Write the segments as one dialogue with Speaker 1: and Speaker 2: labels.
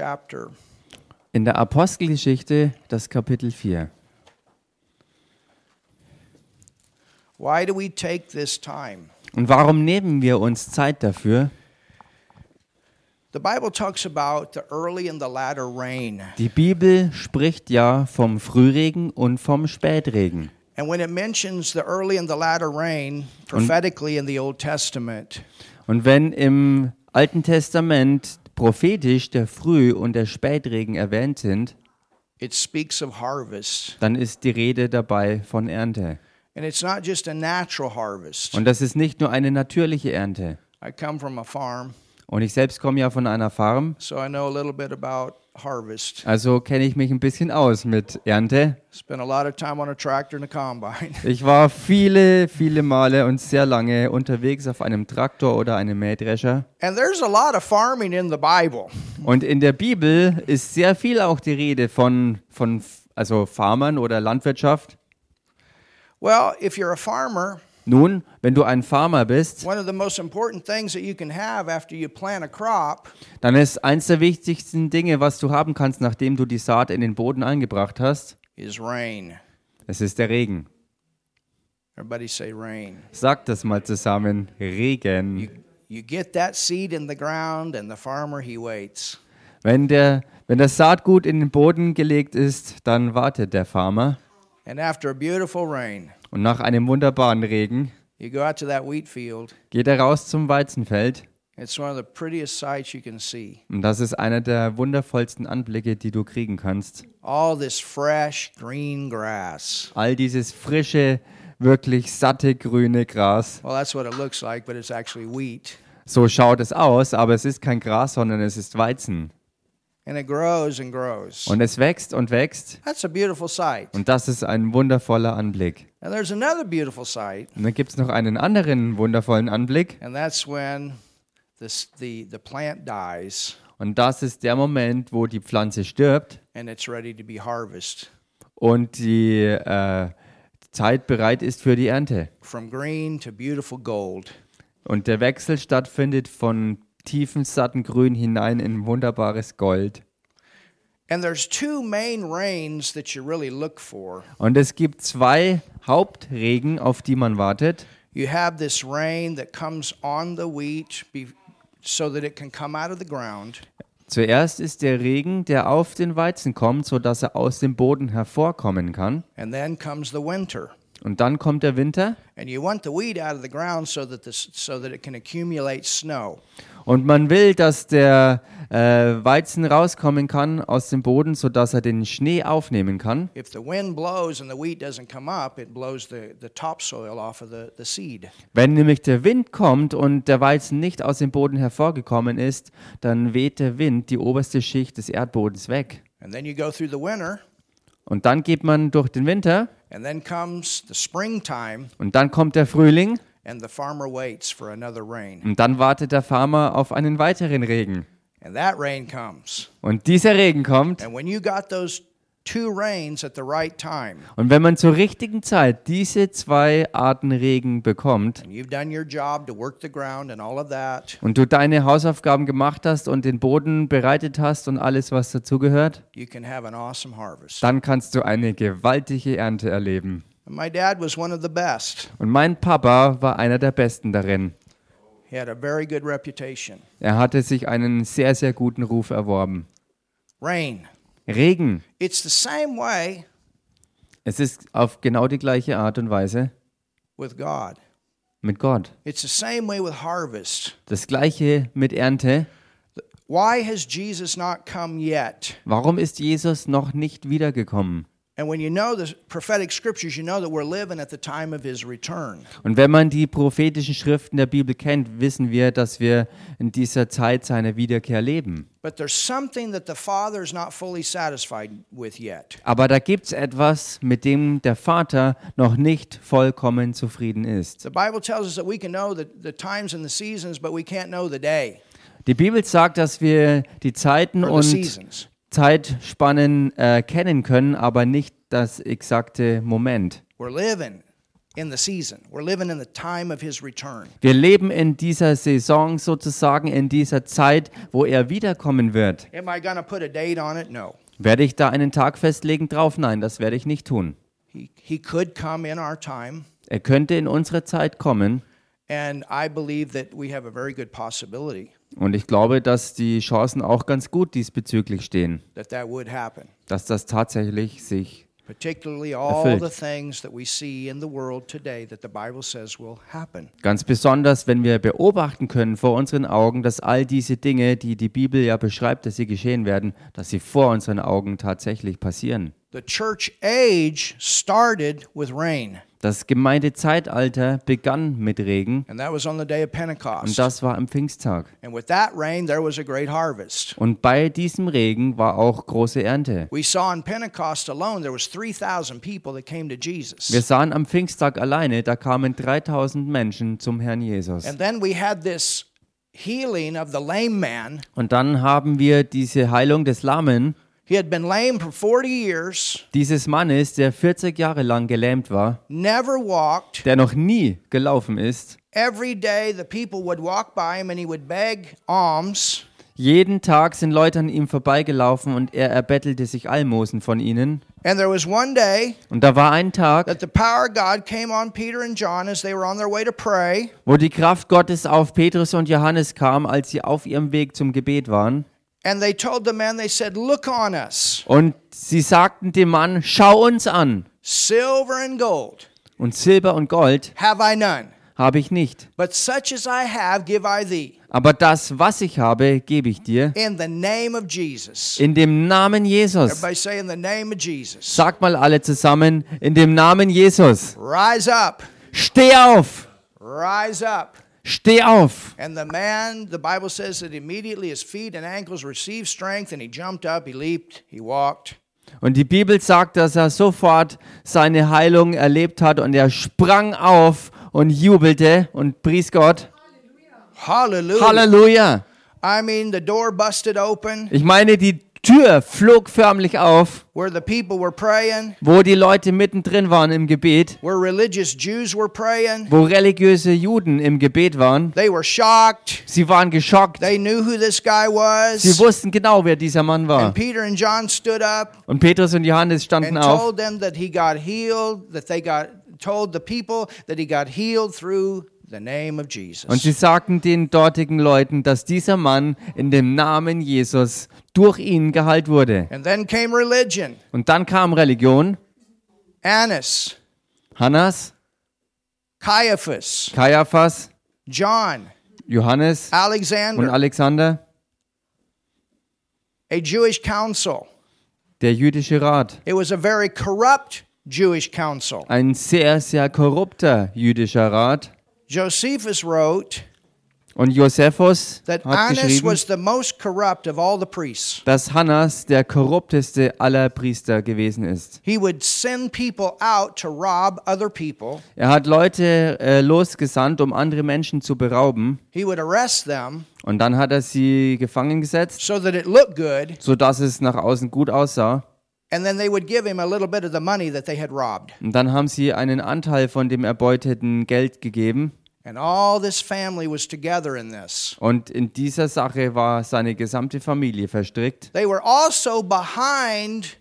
Speaker 1: chapter.
Speaker 2: In der Apostelgeschichte, das Kapitel 4.
Speaker 1: Why do we take this time?
Speaker 2: Und warum nehmen wir uns Zeit dafür?
Speaker 1: The Bible talks about the early and the latter rain.
Speaker 2: Die Bibel spricht ja vom Frühregen und vom Spätregen.
Speaker 1: And when it mentions the early and the latter rain prophetically in the Old Testament,
Speaker 2: Und wenn im Alten Testament prophetisch der Früh- und der Spätregen erwähnt sind,
Speaker 1: it speaks of harvest.
Speaker 2: dann ist die Rede dabei von Ernte.
Speaker 1: And it's not just a natural harvest.
Speaker 2: Und das ist nicht nur eine natürliche Ernte.
Speaker 1: I come from a farm,
Speaker 2: Und ich selbst komme ja von einer Farm,
Speaker 1: so I know a little bit about harvest.
Speaker 2: also kenne ich mich ein bisschen aus mit Ernte.
Speaker 1: Spent a lot of time on a tractor and a combine.
Speaker 2: Ich war viele, viele Male und sehr lange unterwegs auf einem Traktor oder einem Mähdrescher.
Speaker 1: And there's a lot of farming in the Bible.
Speaker 2: Und in der Bibel ist sehr viel auch die Rede von, von also Farmern oder Landwirtschaft.
Speaker 1: Well, if you're a farmer,
Speaker 2: Nun, wenn du ein Farmer bist,
Speaker 1: one of the most important things that you can have after you plant a crop
Speaker 2: dann ist eins der wichtigsten Dinge, was du haben kannst, nachdem du die Saat in den Boden eingebracht hast,
Speaker 1: is rain.
Speaker 2: es ist der Regen.
Speaker 1: Everybody say rain.
Speaker 2: Sag das mal zusammen, Regen.
Speaker 1: You get that seed in the ground, and the farmer, he waits.
Speaker 2: Wenn, der, wenn das Saatgut in den Boden gelegt ist, dann wartet der Farmer.
Speaker 1: And after a beautiful rain,
Speaker 2: Und nach einem wunderbaren Regen
Speaker 1: you go out to that wheat field.
Speaker 2: geht er raus zum Weizenfeld.
Speaker 1: It's one of the prettiest sights you can see.
Speaker 2: Und das ist einer der wundervollsten Anblicke, die du kriegen kannst.
Speaker 1: All this fresh green grass.
Speaker 2: All dieses frische, wirklich satte grüne Gras.
Speaker 1: Well, that's what it looks like, but it's actually wheat.
Speaker 2: So schaut es aus, aber es ist kein Gras, sondern es ist Weizen.
Speaker 1: And it grows and grows.
Speaker 2: Und es wächst und wächst
Speaker 1: That's a beautiful sight.
Speaker 2: Und das ist ein wundervoller Anblick.
Speaker 1: And there's another beautiful sight,
Speaker 2: Und dann gibt es noch einen anderen wundervollen Anblick.
Speaker 1: and that's when this, the, the plant dies
Speaker 2: Und das ist der Moment, wo die Pflanze stirbt
Speaker 1: and it's ready to be harvested
Speaker 2: und die äh, Zeit bereit ist für die Ernte.
Speaker 1: from green to beautiful gold.
Speaker 2: Und der Wechsel stattfindet von tiefen, satten Grün hinein in wunderbares Gold.
Speaker 1: And there's two main rains that you really look for.
Speaker 2: Und es gibt zwei Hauptregen, auf die man wartet.
Speaker 1: You have this rain that comes on the wheat be, so that it can come out of the ground.
Speaker 2: Zuerst ist der Regen, der auf den Weizen kommt, sodass er aus dem Boden hervorkommen kann.
Speaker 1: And then comes the winter.
Speaker 2: Und dann kommt der Winter
Speaker 1: And you want the wheat out of the ground so that, this, so that it can accumulate snow.
Speaker 2: Und man will, dass der äh, Weizen rauskommen kann aus dem Boden, sodass er den Schnee aufnehmen kann.
Speaker 1: If the wind blows and the wheat doesn't come up, it blows the, the topsoil off of the, the seed.
Speaker 2: Wenn nämlich der Wind kommt und der Weizen nicht aus dem Boden hervorgekommen ist, dann weht der Wind die oberste Schicht des Erdbodens weg.
Speaker 1: And then you go through the winter,
Speaker 2: Und dann geht man durch den Winter
Speaker 1: and then comes the springtime,
Speaker 2: und dann kommt der Frühling
Speaker 1: and the farmer waits for another rain.
Speaker 2: und dann wartet der Farmer auf einen weiteren Regen.
Speaker 1: And that rain comes.
Speaker 2: Und dieser Regen kommt
Speaker 1: And when you got those two rains at the right time,
Speaker 2: und wenn man zur richtigen Zeit diese zwei Arten Regen bekommt,
Speaker 1: and you've done your job to work the ground and all of that,
Speaker 2: und du deine Hausaufgaben gemacht hast und den Boden bereitet hast und alles, was dazugehört,
Speaker 1: you can have an awesome harvest.
Speaker 2: dann kannst du eine gewaltige Ernte erleben.
Speaker 1: And my dad was one of the best.
Speaker 2: Und mein Papa war einer der Besten darin.
Speaker 1: He had a very good reputation.
Speaker 2: Er hatte sich einen sehr, sehr guten Ruf erworben.
Speaker 1: Rain.
Speaker 2: Regen.
Speaker 1: It's the same way
Speaker 2: Es ist auf genau die gleiche Art und Weise
Speaker 1: with God.
Speaker 2: mit Gott.
Speaker 1: It's the same way with harvest.
Speaker 2: Das gleiche mit Ernte.
Speaker 1: Why has Jesus not come yet?
Speaker 2: Warum ist Jesus noch nicht wiedergekommen?
Speaker 1: And when you know the prophetic scriptures, you know that we're living at the time of his return.
Speaker 2: Und wenn man die prophetischen Schriften der Bibel kennt, wissen wir, dass wir in dieser Zeit seiner Wiederkehr leben.
Speaker 1: But there's something that the Father is not fully satisfied with yet.
Speaker 2: Aber da gibt es etwas, mit dem der Vater noch nicht vollkommen zufrieden ist.
Speaker 1: The Bible tells us that we can know the, the times and the seasons, but we can't know the day
Speaker 2: Die Bibel sagt, dass wir die Zeiten
Speaker 1: or the
Speaker 2: und
Speaker 1: seasons.
Speaker 2: Zeitspannen äh, kennen können, aber nicht das exakte Moment.
Speaker 1: We're living in the season. We're living in the time of his return.
Speaker 2: Wir leben in dieser Saison sozusagen, in dieser Zeit, wo er wiederkommen wird.
Speaker 1: Am I going to put a date on it? No.
Speaker 2: Werde ich da einen Tag festlegen drauf? Nein, das werde ich nicht tun.
Speaker 1: He, he could come in our time,
Speaker 2: Er könnte in unsere Zeit kommen
Speaker 1: and I believe that we have a very good possibility
Speaker 2: und ich glaube, dass die Chancen auch ganz gut diesbezüglich stehen,
Speaker 1: that that would happen.
Speaker 2: dass das tatsächlich sich
Speaker 1: Particularly all
Speaker 2: Erfüllt.
Speaker 1: the things that we see in the world today that the Bible says will happen.
Speaker 2: Ganz besonders, wenn wir beobachten können vor unseren Augen, dass all diese Dinge, die die Bibel ja beschreibt, dass sie geschehen werden, dass sie vor unseren Augen tatsächlich passieren.
Speaker 1: The church age started with rain,
Speaker 2: Das Gemeindezeitalter begann mit Regen
Speaker 1: and that was on the day of Pentecost.
Speaker 2: und das war am Pfingsttag.
Speaker 1: And with that rain, there was a great harvest.
Speaker 2: Und bei diesem Regen war auch große Ernte.
Speaker 1: We saw in Pentecost alone there was 3,000 people that came to Jesus.
Speaker 2: Wir sahen am Pfingsttag alleine, da kamen 3000 Menschen zum Herrn Jesus.
Speaker 1: And then we had this healing of the lame man.
Speaker 2: Und dann haben wir diese Heilung des Lahmen,
Speaker 1: He had been lame for 40 years,
Speaker 2: dieses Mannes, der 40 Jahre lang gelähmt war,
Speaker 1: never walked.
Speaker 2: der noch nie gelaufen ist.
Speaker 1: Every day the people would walk by him and he would beg alms.
Speaker 2: Jeden Tag sind Leute an ihm vorbeigelaufen und er erbettelte sich Almosen von ihnen.
Speaker 1: And there was one day
Speaker 2: Und da war ein Tag,
Speaker 1: that the power of God came on Peter and John as they were on their way to pray,
Speaker 2: wo die Kraft Gottes auf Petrus und Johannes kam, als sie auf ihrem Weg zum Gebet waren.
Speaker 1: and they told the man, they said, Look on us,
Speaker 2: Und sie sagten dem Mann, schau uns an.
Speaker 1: silver and gold
Speaker 2: Und Silber und Gold
Speaker 1: have I none,
Speaker 2: habe ich nicht.
Speaker 1: but such as I have give I thee.
Speaker 2: Aber das, was ich habe, gebe ich dir.
Speaker 1: In the name of Jesus.
Speaker 2: In dem Namen Jesus.
Speaker 1: Everybody say, In the name of Jesus.
Speaker 2: Sagt mal alle zusammen, in dem Namen Jesus.
Speaker 1: Rise up,
Speaker 2: Steh auf!
Speaker 1: rise up.
Speaker 2: Steh auf!
Speaker 1: And the man, the Bible says that immediately his feet and ankles received strength, and he jumped up, he leaped, he walked.
Speaker 2: Und die Bibel sagt, dass er sofort seine Heilung erlebt hat und er sprang auf und jubelte und pries Gott.
Speaker 1: Hallelujah.
Speaker 2: Halleluja!
Speaker 1: I mean, the door busted open
Speaker 2: Ich meine, die Tür flog förmlich auf,
Speaker 1: where the people were praying,
Speaker 2: wo die Leute mittendrin waren im Gebet,
Speaker 1: where religious Jews were praying.
Speaker 2: wo religiöse Juden im Gebet waren.
Speaker 1: They were shocked.
Speaker 2: Sie waren geschockt.
Speaker 1: They knew who this guy
Speaker 2: Sie
Speaker 1: was. uh,
Speaker 2: wussten genau, wer dieser Mann war.
Speaker 1: And Peter and John stood up
Speaker 2: Und Petrus und Johannes standen
Speaker 1: and
Speaker 2: auf
Speaker 1: told them that he got healed, that they got told the people that he got healed through the name of
Speaker 2: und
Speaker 1: Jesus.
Speaker 2: sie sagten den dortigen Leuten, dass dieser Mann in dem Namen Jesus durch ihn geheilt wurde.
Speaker 1: And then came religion.
Speaker 2: Und dann kam Religion,
Speaker 1: Annas,
Speaker 2: Hannas,
Speaker 1: Caiaphas,
Speaker 2: Kaiaphas,
Speaker 1: John,
Speaker 2: Johannes und
Speaker 1: Alexander,
Speaker 2: Alexander,
Speaker 1: a Jewish council.
Speaker 2: der jüdische Rat.
Speaker 1: It was a very corrupt Jewish council.
Speaker 2: Ein sehr, sehr korrupter jüdischer Rat.
Speaker 1: Josephus wrote
Speaker 2: Und Josephus
Speaker 1: that
Speaker 2: hat
Speaker 1: Annas
Speaker 2: geschrieben,
Speaker 1: was the most corrupt of all the priests.
Speaker 2: dass Hannas der korrupteste aller Priester gewesen ist.
Speaker 1: He would send people out to rob other people.
Speaker 2: Er hat Leute äh, losgesandt, um andere Menschen zu berauben.
Speaker 1: He would arrest them
Speaker 2: Und dann hat er sie gefangen gesetzt,
Speaker 1: so that it looked good,
Speaker 2: sodass es nach außen gut aussah.
Speaker 1: and then they would give him a little bit of the money that they had robbed.
Speaker 2: Und dann haben sie einen Anteil von dem erbeuteten Geld gegeben.
Speaker 1: And all this family was together in this.
Speaker 2: Und in dieser Sache war seine gesamte Familie verstrickt.
Speaker 1: They were also behind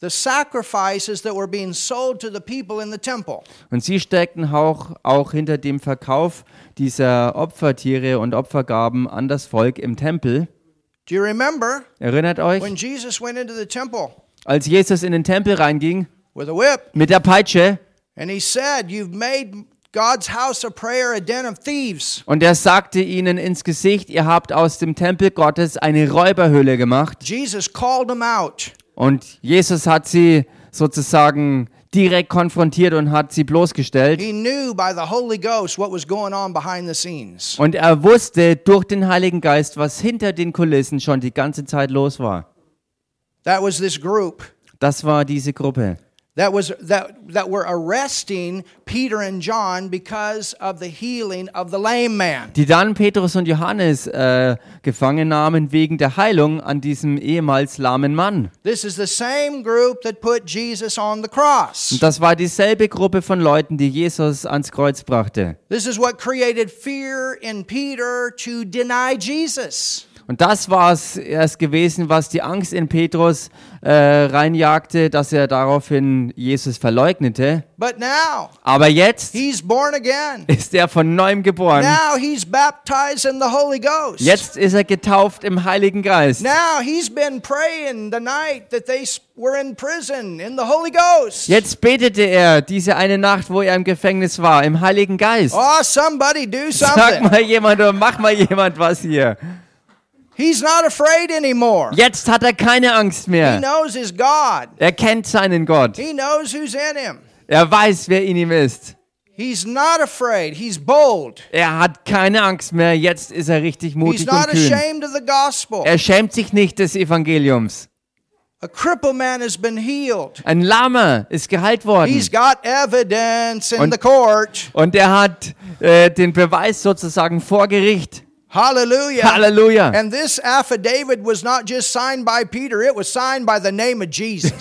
Speaker 1: the sacrifices that were being sold to the people in the temple.
Speaker 2: Und sie steckten auch, auch hinter dem Verkauf dieser Opfertiere und Opfergaben an das Volk im Tempel.
Speaker 1: Do you remember
Speaker 2: Erinnert
Speaker 1: when
Speaker 2: euch,
Speaker 1: Jesus went into the temple
Speaker 2: als Jesus in den Tempel reinging
Speaker 1: with a whip
Speaker 2: mit der Peitsche
Speaker 1: and he said, You've made God's house of prayer a den of thieves?
Speaker 2: und er sagte ihnen ins Gesicht, ihr habt aus dem Tempel Gottes eine Räuberhöhle gemacht.
Speaker 1: Jesus called them out.
Speaker 2: Und Jesus hat sie sozusagen direkt konfrontiert und hat sie bloßgestellt.
Speaker 1: He knew by the Holy Ghost what was going on behind the scenes.
Speaker 2: Und er wusste durch den Heiligen Geist, was hinter den Kulissen schon die ganze Zeit los war.
Speaker 1: That was this group.
Speaker 2: Das war diese Gruppe.
Speaker 1: that was that that were arresting Peter and John because of the healing of the lame man.
Speaker 2: die dann Petrus und Johannes äh, gefangen nahmen wegen der Heilung an diesem ehemals lahmen Mann.
Speaker 1: This is the same group that put Jesus on the cross.
Speaker 2: Und das war dieselbe Gruppe von Leuten, die Jesus ans Kreuz brachte.
Speaker 1: This is what created fear in Peter to deny Jesus.
Speaker 2: Und das war es erst gewesen, was die Angst in Petrus äh, reinjagte, dass er daraufhin Jesus verleugnete.
Speaker 1: But now
Speaker 2: Aber jetzt
Speaker 1: he's born again.
Speaker 2: ist er von neuem geboren.
Speaker 1: Now he's baptized in the Holy Ghost.
Speaker 2: Jetzt ist er getauft im Heiligen Geist.
Speaker 1: Now he's been praying the night that they s- were in prison in the Holy Ghost.
Speaker 2: Jetzt betete er diese eine Nacht, wo er im Gefängnis war, im Heiligen Geist.
Speaker 1: Oh, somebody do
Speaker 2: Sag
Speaker 1: something.
Speaker 2: mal jemand oder mach mal jemand was hier.
Speaker 1: He's not afraid anymore.
Speaker 2: Jetzt hat er keine Angst
Speaker 1: He
Speaker 2: mehr.
Speaker 1: knows his God.
Speaker 2: Er kennt seinen Gott.
Speaker 1: He knows who's in him.
Speaker 2: Er weiß, wer in ihm ist.
Speaker 1: He's not afraid. He's bold.
Speaker 2: Er hat keine Angst mehr. Jetzt ist er richtig
Speaker 1: He's
Speaker 2: mutig und
Speaker 1: not
Speaker 2: kühn.
Speaker 1: ashamed of the gospel.
Speaker 2: Er schämt sich nicht des Evangeliums.
Speaker 1: A crippled man has been healed.
Speaker 2: Ein Lahmer ist geheilt worden.
Speaker 1: He's got evidence in
Speaker 2: Und-
Speaker 1: the court.
Speaker 2: Und er hat äh, den Beweis sozusagen vor Gericht.
Speaker 1: Hallelujah.
Speaker 2: Halleluja.
Speaker 1: And this affidavit was not just signed by Peter, it was signed by the name of Jesus.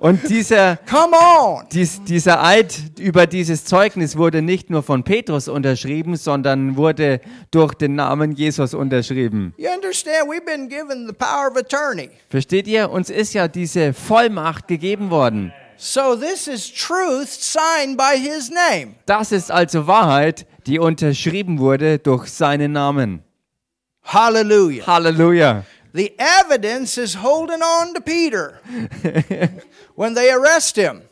Speaker 2: Und dieser,
Speaker 1: Come on.
Speaker 2: dies, dieser Eid über dieses Zeugnis wurde nicht nur von Petrus unterschrieben, sondern wurde durch den Namen Jesus unterschrieben.
Speaker 1: You understand? We've been given the power of attorney.
Speaker 2: Versteht ihr? Uns ist ja diese Vollmacht gegeben worden.
Speaker 1: So this is truth signed by his name.
Speaker 2: Das ist also Wahrheit, die unterschrieben wurde durch seinen Namen.
Speaker 1: Hallelujah.
Speaker 2: Halleluja.
Speaker 1: The evidence is holding on to Peter when they arrest him.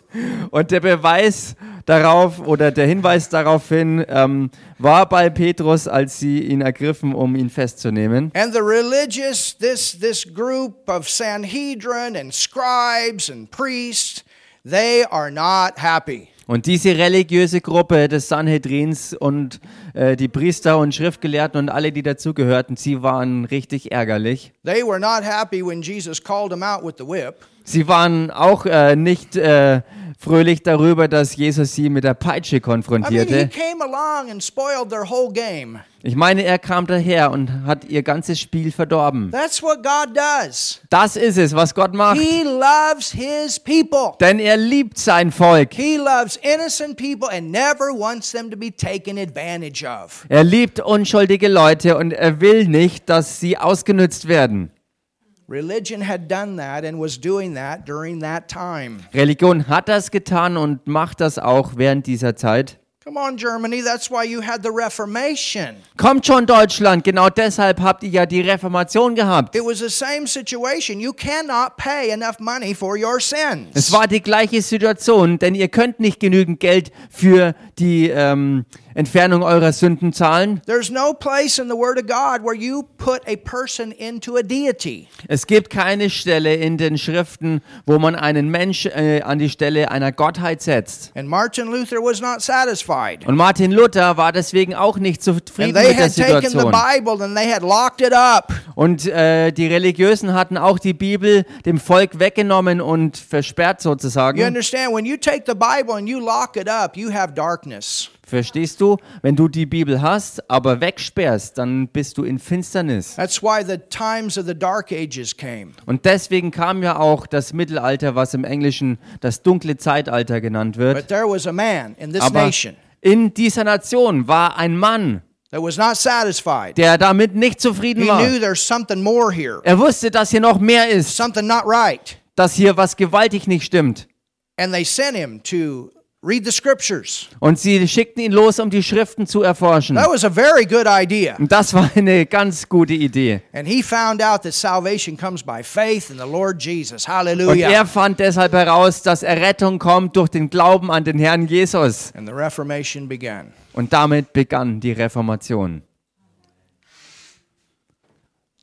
Speaker 2: Und der Beweis darauf oder der Hinweis daraufhin ähm, war bei Petrus, als sie ihn ergriffen, um ihn festzunehmen.
Speaker 1: And the religious, this, this group of Sanhedrin and scribes and priests, they are not happy.
Speaker 2: Und diese religiöse Gruppe des Sanhedrins und äh, die Priester und Schriftgelehrten und alle, die dazugehörten, sie waren richtig ärgerlich.
Speaker 1: They were not happy when Jesus called them out with the whip.
Speaker 2: Sie waren auch äh, nicht äh, fröhlich darüber, dass Jesus sie mit der Peitsche
Speaker 1: I mean, he
Speaker 2: konfrontierte.
Speaker 1: came along and spoiled their whole game.
Speaker 2: Ich meine, er kam daher und hat ihr ganzes Spiel verdorben.
Speaker 1: That's what God does.
Speaker 2: Das ist es, was Gott macht.
Speaker 1: He loves his people.
Speaker 2: Denn er liebt sein Volk.
Speaker 1: He loves innocent people and never wants them to be taken advantage of.
Speaker 2: Er liebt unschuldige Leute und er will nicht, dass sie ausgenützt werden.
Speaker 1: Religion had done that and was doing that during that time.
Speaker 2: Religion hat das getan und macht das auch während dieser Zeit.
Speaker 1: Come on, Germany, that's why you had the Reformation.
Speaker 2: Kommt schon Deutschland, genau deshalb habt ihr ja die Reformation gehabt.
Speaker 1: It was the same situation. You cannot pay enough money for your
Speaker 2: Es
Speaker 1: sins.
Speaker 2: war die gleiche Situation, denn ihr könnt nicht genügend Geld für die ähm, Entfernung eurer Sünden zahlen.
Speaker 1: There's no place in the Word of God where you put a person into a deity.
Speaker 2: Es gibt keine Stelle in den Schriften, wo man einen Mensch äh, an die Stelle einer Gottheit setzt.
Speaker 1: And Martin Luther was not satisfied.
Speaker 2: Und Martin Luther war deswegen auch nicht
Speaker 1: And
Speaker 2: zufrieden
Speaker 1: they
Speaker 2: mit der
Speaker 1: had taken the
Speaker 2: Situation.
Speaker 1: Bible and they had locked it up.
Speaker 2: Und äh, die Religiösen hatten auch die Bibel dem Volk weggenommen und versperrt
Speaker 1: You
Speaker 2: sozusagen.
Speaker 1: understand? When you take the Bible and you lock it up, you have darkness.
Speaker 2: Verstehst du? Wenn du die Bibel hast, aber wegsperrst, dann bist du in Finsternis.
Speaker 1: That's why the times of the Dark Ages came.
Speaker 2: Und deswegen kam ja auch das Mittelalter, was im Englischen das dunkle Zeitalter genannt
Speaker 1: But
Speaker 2: wird.
Speaker 1: there was a man in this
Speaker 2: Aber
Speaker 1: nation
Speaker 2: in dieser Nation war ein Mann,
Speaker 1: that was not satisfied.
Speaker 2: der damit nicht zufrieden
Speaker 1: He
Speaker 2: war.
Speaker 1: knew there's something more here,
Speaker 2: Er wusste, dass hier noch mehr ist,
Speaker 1: something not right.
Speaker 2: dass hier was gewaltig nicht stimmt.
Speaker 1: And they sent him to read the scriptures.
Speaker 2: Und sie schickten ihn los, um die Schriften zu erforschen.
Speaker 1: That was a very good idea.
Speaker 2: Und das war eine ganz gute Idee.
Speaker 1: And he found out that salvation comes by faith in the Lord Jesus.
Speaker 2: Und
Speaker 1: Hallelujah.
Speaker 2: er fand deshalb heraus, dass Errettung kommt durch den Glauben an den Herrn Jesus.
Speaker 1: And the Reformation began.
Speaker 2: Und damit begann die Reformation.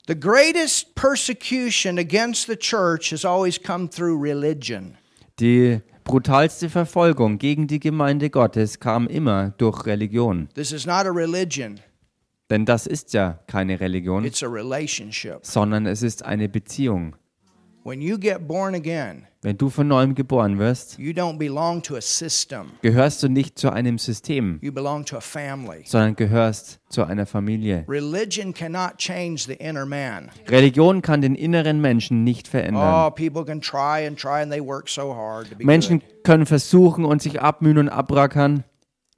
Speaker 1: The greatest persecution against the church has always come through religion.
Speaker 2: Die brutalste Verfolgung gegen die Gemeinde Gottes kam immer durch Religion.
Speaker 1: This is not a religion,
Speaker 2: Denn das ist ja keine Religion,
Speaker 1: it's a relationship.
Speaker 2: sondern es ist eine Beziehung.
Speaker 1: When you get born again,
Speaker 2: Wenn du von neuem geboren wirst,
Speaker 1: you don't belong to a system,
Speaker 2: gehörst du nicht zu einem System,
Speaker 1: you belong to a family.
Speaker 2: sondern gehörst zu einer Familie.
Speaker 1: Religion cannot change the inner man.
Speaker 2: Religion kann den inneren Menschen nicht verändern.
Speaker 1: Oh, people can try and try and they work so hard to be
Speaker 2: Menschen
Speaker 1: good.
Speaker 2: können versuchen und sich abmühen und abrackern,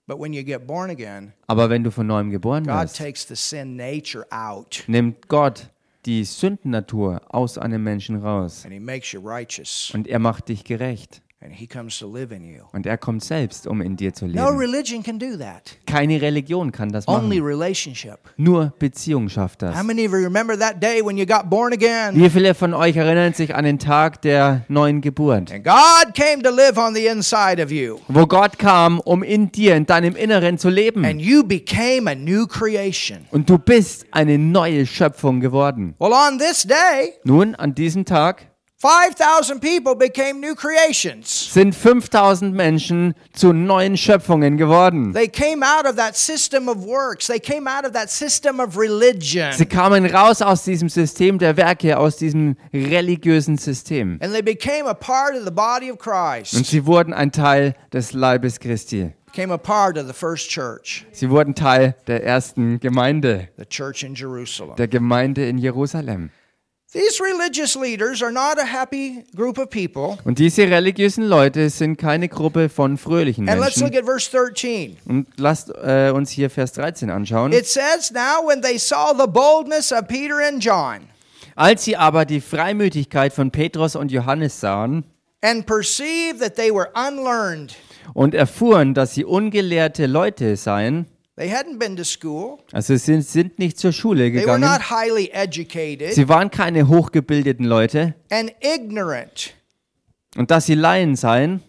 Speaker 1: But when you get born again,
Speaker 2: aber wenn du von neuem geboren
Speaker 1: God
Speaker 2: wirst,
Speaker 1: takes the sin nature out
Speaker 2: nimmt Gott die Sündennatur aus einem Menschen raus
Speaker 1: and he makes you righteous
Speaker 2: und er macht dich gerecht
Speaker 1: and he comes to live in you.
Speaker 2: und er kommt selbst, um in dir zu
Speaker 1: No
Speaker 2: leben.
Speaker 1: religion can do that.
Speaker 2: Keine Religion kann das
Speaker 1: Only
Speaker 2: machen.
Speaker 1: relationship.
Speaker 2: Nur Beziehung schafft das.
Speaker 1: How many of you remember that day when you got born again?
Speaker 2: Wie viele von euch erinnern sich an den Tag der neuen Geburt,
Speaker 1: And God came to live on the inside of you.
Speaker 2: wo Gott kam, um in dir, in deinem Inneren zu leben?
Speaker 1: And you became a new creation.
Speaker 2: Und du bist eine neue Schöpfung geworden.
Speaker 1: Well, on this day,
Speaker 2: Nun, an diesem Tag
Speaker 1: 5,000 people became new creations.
Speaker 2: sind 5000 Menschen zu neuen Schöpfungen geworden.
Speaker 1: They came out of that system of works, they came out of that system of religion,
Speaker 2: Sie kamen raus aus diesem System der Werke, aus diesem religiösen System.
Speaker 1: and they became a part of the body of
Speaker 2: Und
Speaker 1: Christ,
Speaker 2: sie wurden ein Teil des Leibes Christi.
Speaker 1: became a part of the first church,
Speaker 2: Sie wurden Teil der ersten Gemeinde,
Speaker 1: the church in Jerusalem.
Speaker 2: der Gemeinde in Jerusalem.
Speaker 1: These religious leaders are not a happy group of people.
Speaker 2: Und diese religiösen Leute sind keine Gruppe von fröhlichen
Speaker 1: And let's look
Speaker 2: Menschen.
Speaker 1: at verse 13.
Speaker 2: Und lasst äh, uns hier Vers 13 anschauen.
Speaker 1: It says, Now when they saw the boldness of Peter and John,
Speaker 2: Als sie aber die Freimütigkeit von Petrus und Johannes sahen,
Speaker 1: and perceived that they were unlearned,
Speaker 2: und erfuhren, dass sie ungelehrte Leute seien,
Speaker 1: they hadn't been to school,
Speaker 2: also sie sind, sind nicht zur Schule
Speaker 1: they were
Speaker 2: gegangen,
Speaker 1: not highly educated,
Speaker 2: sie waren keine hochgebildeten Leute,
Speaker 1: and ignorant.
Speaker 2: und dass sie Laien seien,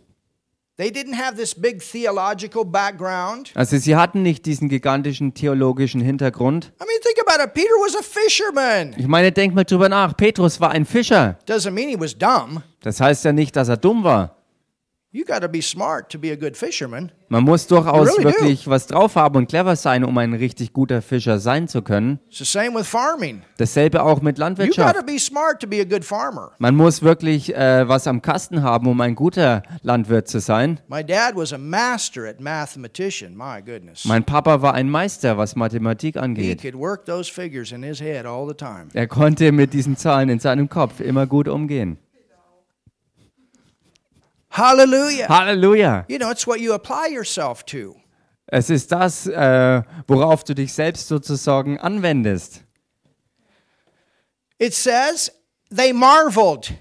Speaker 1: They didn't have this big theological background.
Speaker 2: also sie hatten nicht diesen gigantischen theologischen Hintergrund.
Speaker 1: I mean, think about it. Peter was a fisherman.
Speaker 2: Ich meine, denk mal drüber nach, Petrus war ein Fischer.
Speaker 1: Doesn't mean he was dumb.
Speaker 2: Das heißt ja nicht, dass er dumm war.
Speaker 1: You got to be smart to be a good fisherman.
Speaker 2: Man muss durchaus
Speaker 1: Really do.
Speaker 2: wirklich was drauf haben und clever sein, um ein richtig guter Fischer sein zu können.
Speaker 1: It's the same with farming.
Speaker 2: Dasselbe auch
Speaker 1: You got
Speaker 2: mit Landwirtschaft.
Speaker 1: to be smart to be a good farmer.
Speaker 2: Man muss wirklich äh, was am Kasten haben, um ein guter Landwirt zu sein.
Speaker 1: My dad was a master at mathematician. My goodness.
Speaker 2: Mein Papa war ein Meister, was Mathematik
Speaker 1: He
Speaker 2: angeht.
Speaker 1: could work those figures in his head all the time.
Speaker 2: Er konnte mit diesen Zahlen in seinem Kopf immer gut umgehen.
Speaker 1: Hallelujah.
Speaker 2: Halleluja!
Speaker 1: You know, it's what you apply yourself to.
Speaker 2: Es ist das, äh, worauf du dich selbst sozusagen anwendest.
Speaker 1: It says, they marveled.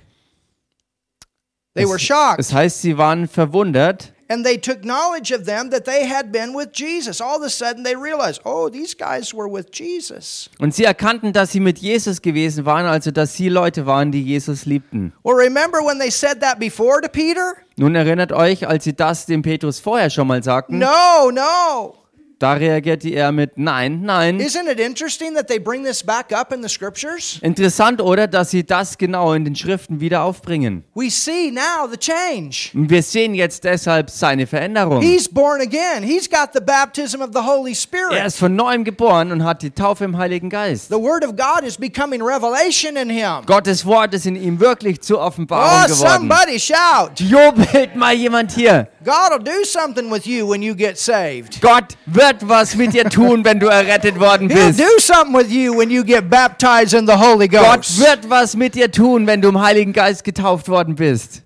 Speaker 1: They were
Speaker 2: Es
Speaker 1: shocked.
Speaker 2: heißt, sie waren verwundert
Speaker 1: And they took knowledge of them that they had been with Jesus. All of a sudden, they realized, oh, these guys were with Jesus.
Speaker 2: und sie erkannten, dass sie mit Jesus gewesen waren, also dass sie Leute waren, die Jesus liebten.
Speaker 1: Well, remember when they said that before to Peter?
Speaker 2: Nun erinnert euch, als sie das dem Petrus vorher schon mal sagten,
Speaker 1: No, no.
Speaker 2: da reagierte er mit Nein, nein.
Speaker 1: Isn't it interesting that they bring this back up in the scriptures?
Speaker 2: Interessant, oder, dass sie das genau in den Schriften wieder aufbringen.
Speaker 1: We see now the change.
Speaker 2: Und wir sehen jetzt deshalb seine Veränderung.
Speaker 1: He's born again. He's got the baptism of the Holy
Speaker 2: Er
Speaker 1: Spirit.
Speaker 2: ist von neuem geboren und hat die Taufe im Heiligen Geist.
Speaker 1: The Word of God is becoming revelation in him.
Speaker 2: Gottes Wort ist in ihm wirklich zur Offenbarung
Speaker 1: Oh,
Speaker 2: geworden.
Speaker 1: somebody shout.
Speaker 2: Jubelt mal jemand hier.
Speaker 1: God will do something with you when you get saved.
Speaker 2: Gott wird was mit dir tun, wenn du errettet worden
Speaker 1: He'll
Speaker 2: bist.
Speaker 1: do something with you when you get baptized in the Holy
Speaker 2: Gott
Speaker 1: Ghost.
Speaker 2: wird was mit dir tun, wenn du im Heiligen Geist getauft worden bist.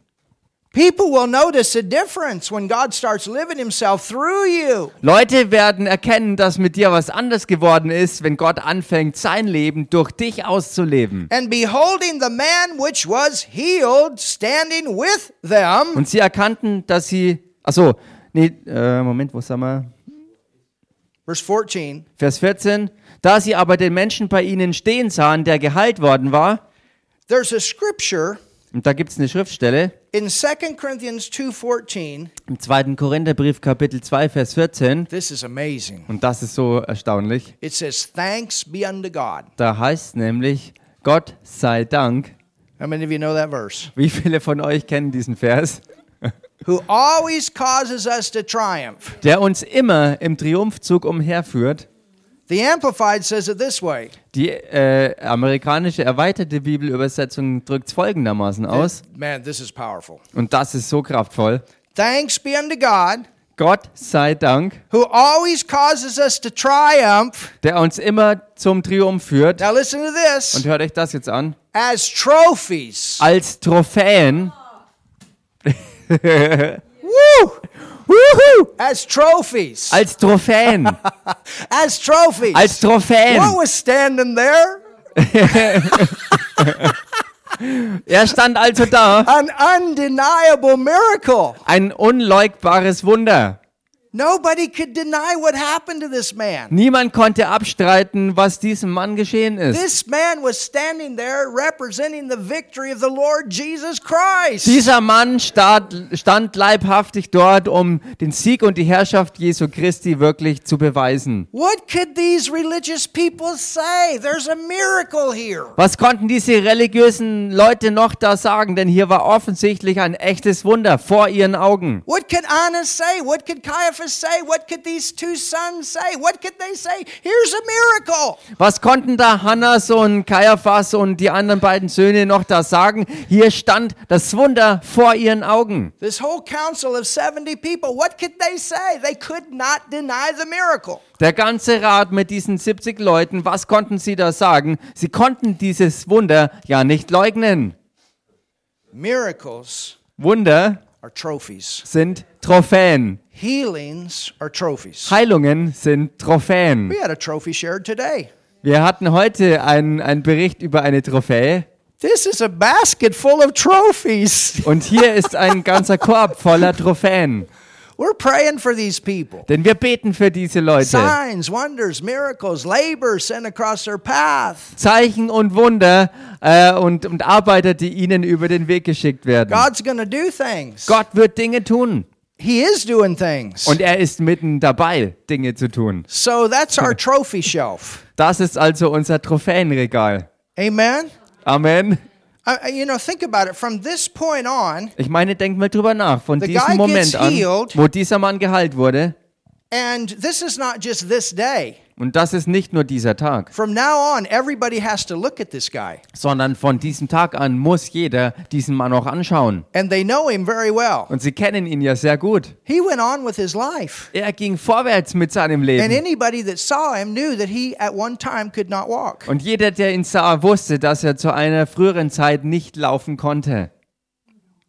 Speaker 1: People will notice a difference when God starts living himself through you.
Speaker 2: Leute werden erkennen, dass mit dir was anders geworden ist, wenn Gott anfängt, sein Leben durch dich auszuleben.
Speaker 1: And beholding the man which was healed standing with them,
Speaker 2: Und sie erkannten, dass sie. Achso, nee, äh, Moment, wo sind wir?
Speaker 1: verse 14,
Speaker 2: Vers 14. Da sie aber den Menschen bei ihnen stehen sahen, der geheilt worden war,
Speaker 1: there's a scripture
Speaker 2: und da gibt es eine Schriftstelle,
Speaker 1: in 2 Corinthians 2:14.
Speaker 2: im 2. Korintherbrief, Kapitel 2, Vers 14,
Speaker 1: This is amazing.
Speaker 2: und das ist so erstaunlich.
Speaker 1: It says, "Thanks be unto God."
Speaker 2: Da heißt nämlich, Gott sei Dank.
Speaker 1: How many of you know that verse?
Speaker 2: Wie viele von euch kennen diesen Vers?
Speaker 1: Who always causes us to triumph.
Speaker 2: Der uns immer im Triumphzug umherführt.
Speaker 1: The Amplified says it this way
Speaker 2: Die äh, amerikanische erweiterte Bibelübersetzung drückt es folgendermaßen aus,
Speaker 1: Man, this is powerful.
Speaker 2: und das ist so kraftvoll.
Speaker 1: Thanks be unto God
Speaker 2: Gott sei Dank,
Speaker 1: who always causes us to triumph.
Speaker 2: der uns immer zum Triumph führt.
Speaker 1: Now listen to this
Speaker 2: Und hört euch das jetzt an.
Speaker 1: as trophies.
Speaker 2: Als Trophäen,
Speaker 1: Woo!
Speaker 2: Wuhu!
Speaker 1: As trophies.
Speaker 2: als Trophäen,
Speaker 1: As trophies.
Speaker 2: als Trophäen.
Speaker 1: What was standing there?
Speaker 2: Er stand also da.
Speaker 1: An undeniable miracle.
Speaker 2: Ein unleugbares Wunder.
Speaker 1: Nobody could deny what happened to this man.
Speaker 2: Niemand konnte abstreiten, was diesem Mann geschehen ist.
Speaker 1: This man was standing there representing the victory of the Lord Jesus Christ.
Speaker 2: Dieser Mann stand, stand leibhaftig dort, um den Sieg und die Herrschaft Jesu Christi wirklich zu beweisen.
Speaker 1: What could these religious people say? There's a miracle here.
Speaker 2: Was konnten diese religiösen Leute noch da sagen? Denn hier war offensichtlich ein echtes Wunder vor ihren Augen.
Speaker 1: What could Anna say? What could Caiaphas say? What could these two sons say? What could they say? Here's a miracle.
Speaker 2: Was konnten da Hannas und Kaiaphas und die anderen beiden Söhne noch da sagen? Hier stand das Wunder vor ihren Augen.
Speaker 1: This whole council of 70 people, what could they say? They could not deny the miracle.
Speaker 2: Der ganze Rat mit diesen 70 Leuten, was konnten sie da sagen? Sie konnten dieses Wunder ja nicht leugnen.
Speaker 1: Miracles
Speaker 2: Wunder
Speaker 1: are trophies,
Speaker 2: sind Trophäen.
Speaker 1: healings are trophies.
Speaker 2: Heilungen sind Trophäen.
Speaker 1: We had a trophy shared today.
Speaker 2: Wir hatten heute einen, einen Bericht über eine Trophäe
Speaker 1: This is a basket full of trophies.
Speaker 2: und hier ist ein ganzer Korb voller Trophäen.
Speaker 1: We're praying for these people.
Speaker 2: Denn wir beten für diese Leute.
Speaker 1: Signs, wonders, miracles, labor sent across their path.
Speaker 2: Zeichen und Wunder äh, und, und Arbeiter, die ihnen über den Weg geschickt werden.
Speaker 1: God's going to do things.
Speaker 2: Gott wird Dinge tun
Speaker 1: He is doing things.
Speaker 2: und er ist mitten dabei, Dinge zu tun.
Speaker 1: So that's our trophy shelf.
Speaker 2: Das ist also unser Trophäenregal.
Speaker 1: Amen.
Speaker 2: Amen.
Speaker 1: I, I- you know, think about it. From this point on,
Speaker 2: Ich meine, denk mal drüber nach. Von
Speaker 1: The guy
Speaker 2: diesem Moment
Speaker 1: gets
Speaker 2: an,
Speaker 1: healed.
Speaker 2: wo dieser Mann geheilt wurde,
Speaker 1: and this is not just this day.
Speaker 2: und das ist nicht nur dieser Tag,
Speaker 1: From now on, everybody has to look at this guy,
Speaker 2: sondern von diesem Tag an muss jeder diesen Mann auch anschauen.
Speaker 1: and they know him very well.
Speaker 2: Und sie kennen ihn ja sehr gut.
Speaker 1: He went on with his life,
Speaker 2: Er ging vorwärts mit seinem
Speaker 1: and
Speaker 2: Leben.
Speaker 1: anybody that saw him knew that he at one time could not walk.
Speaker 2: Und jeder, der ihn sah, wusste, dass er zu einer früheren Zeit nicht laufen konnte.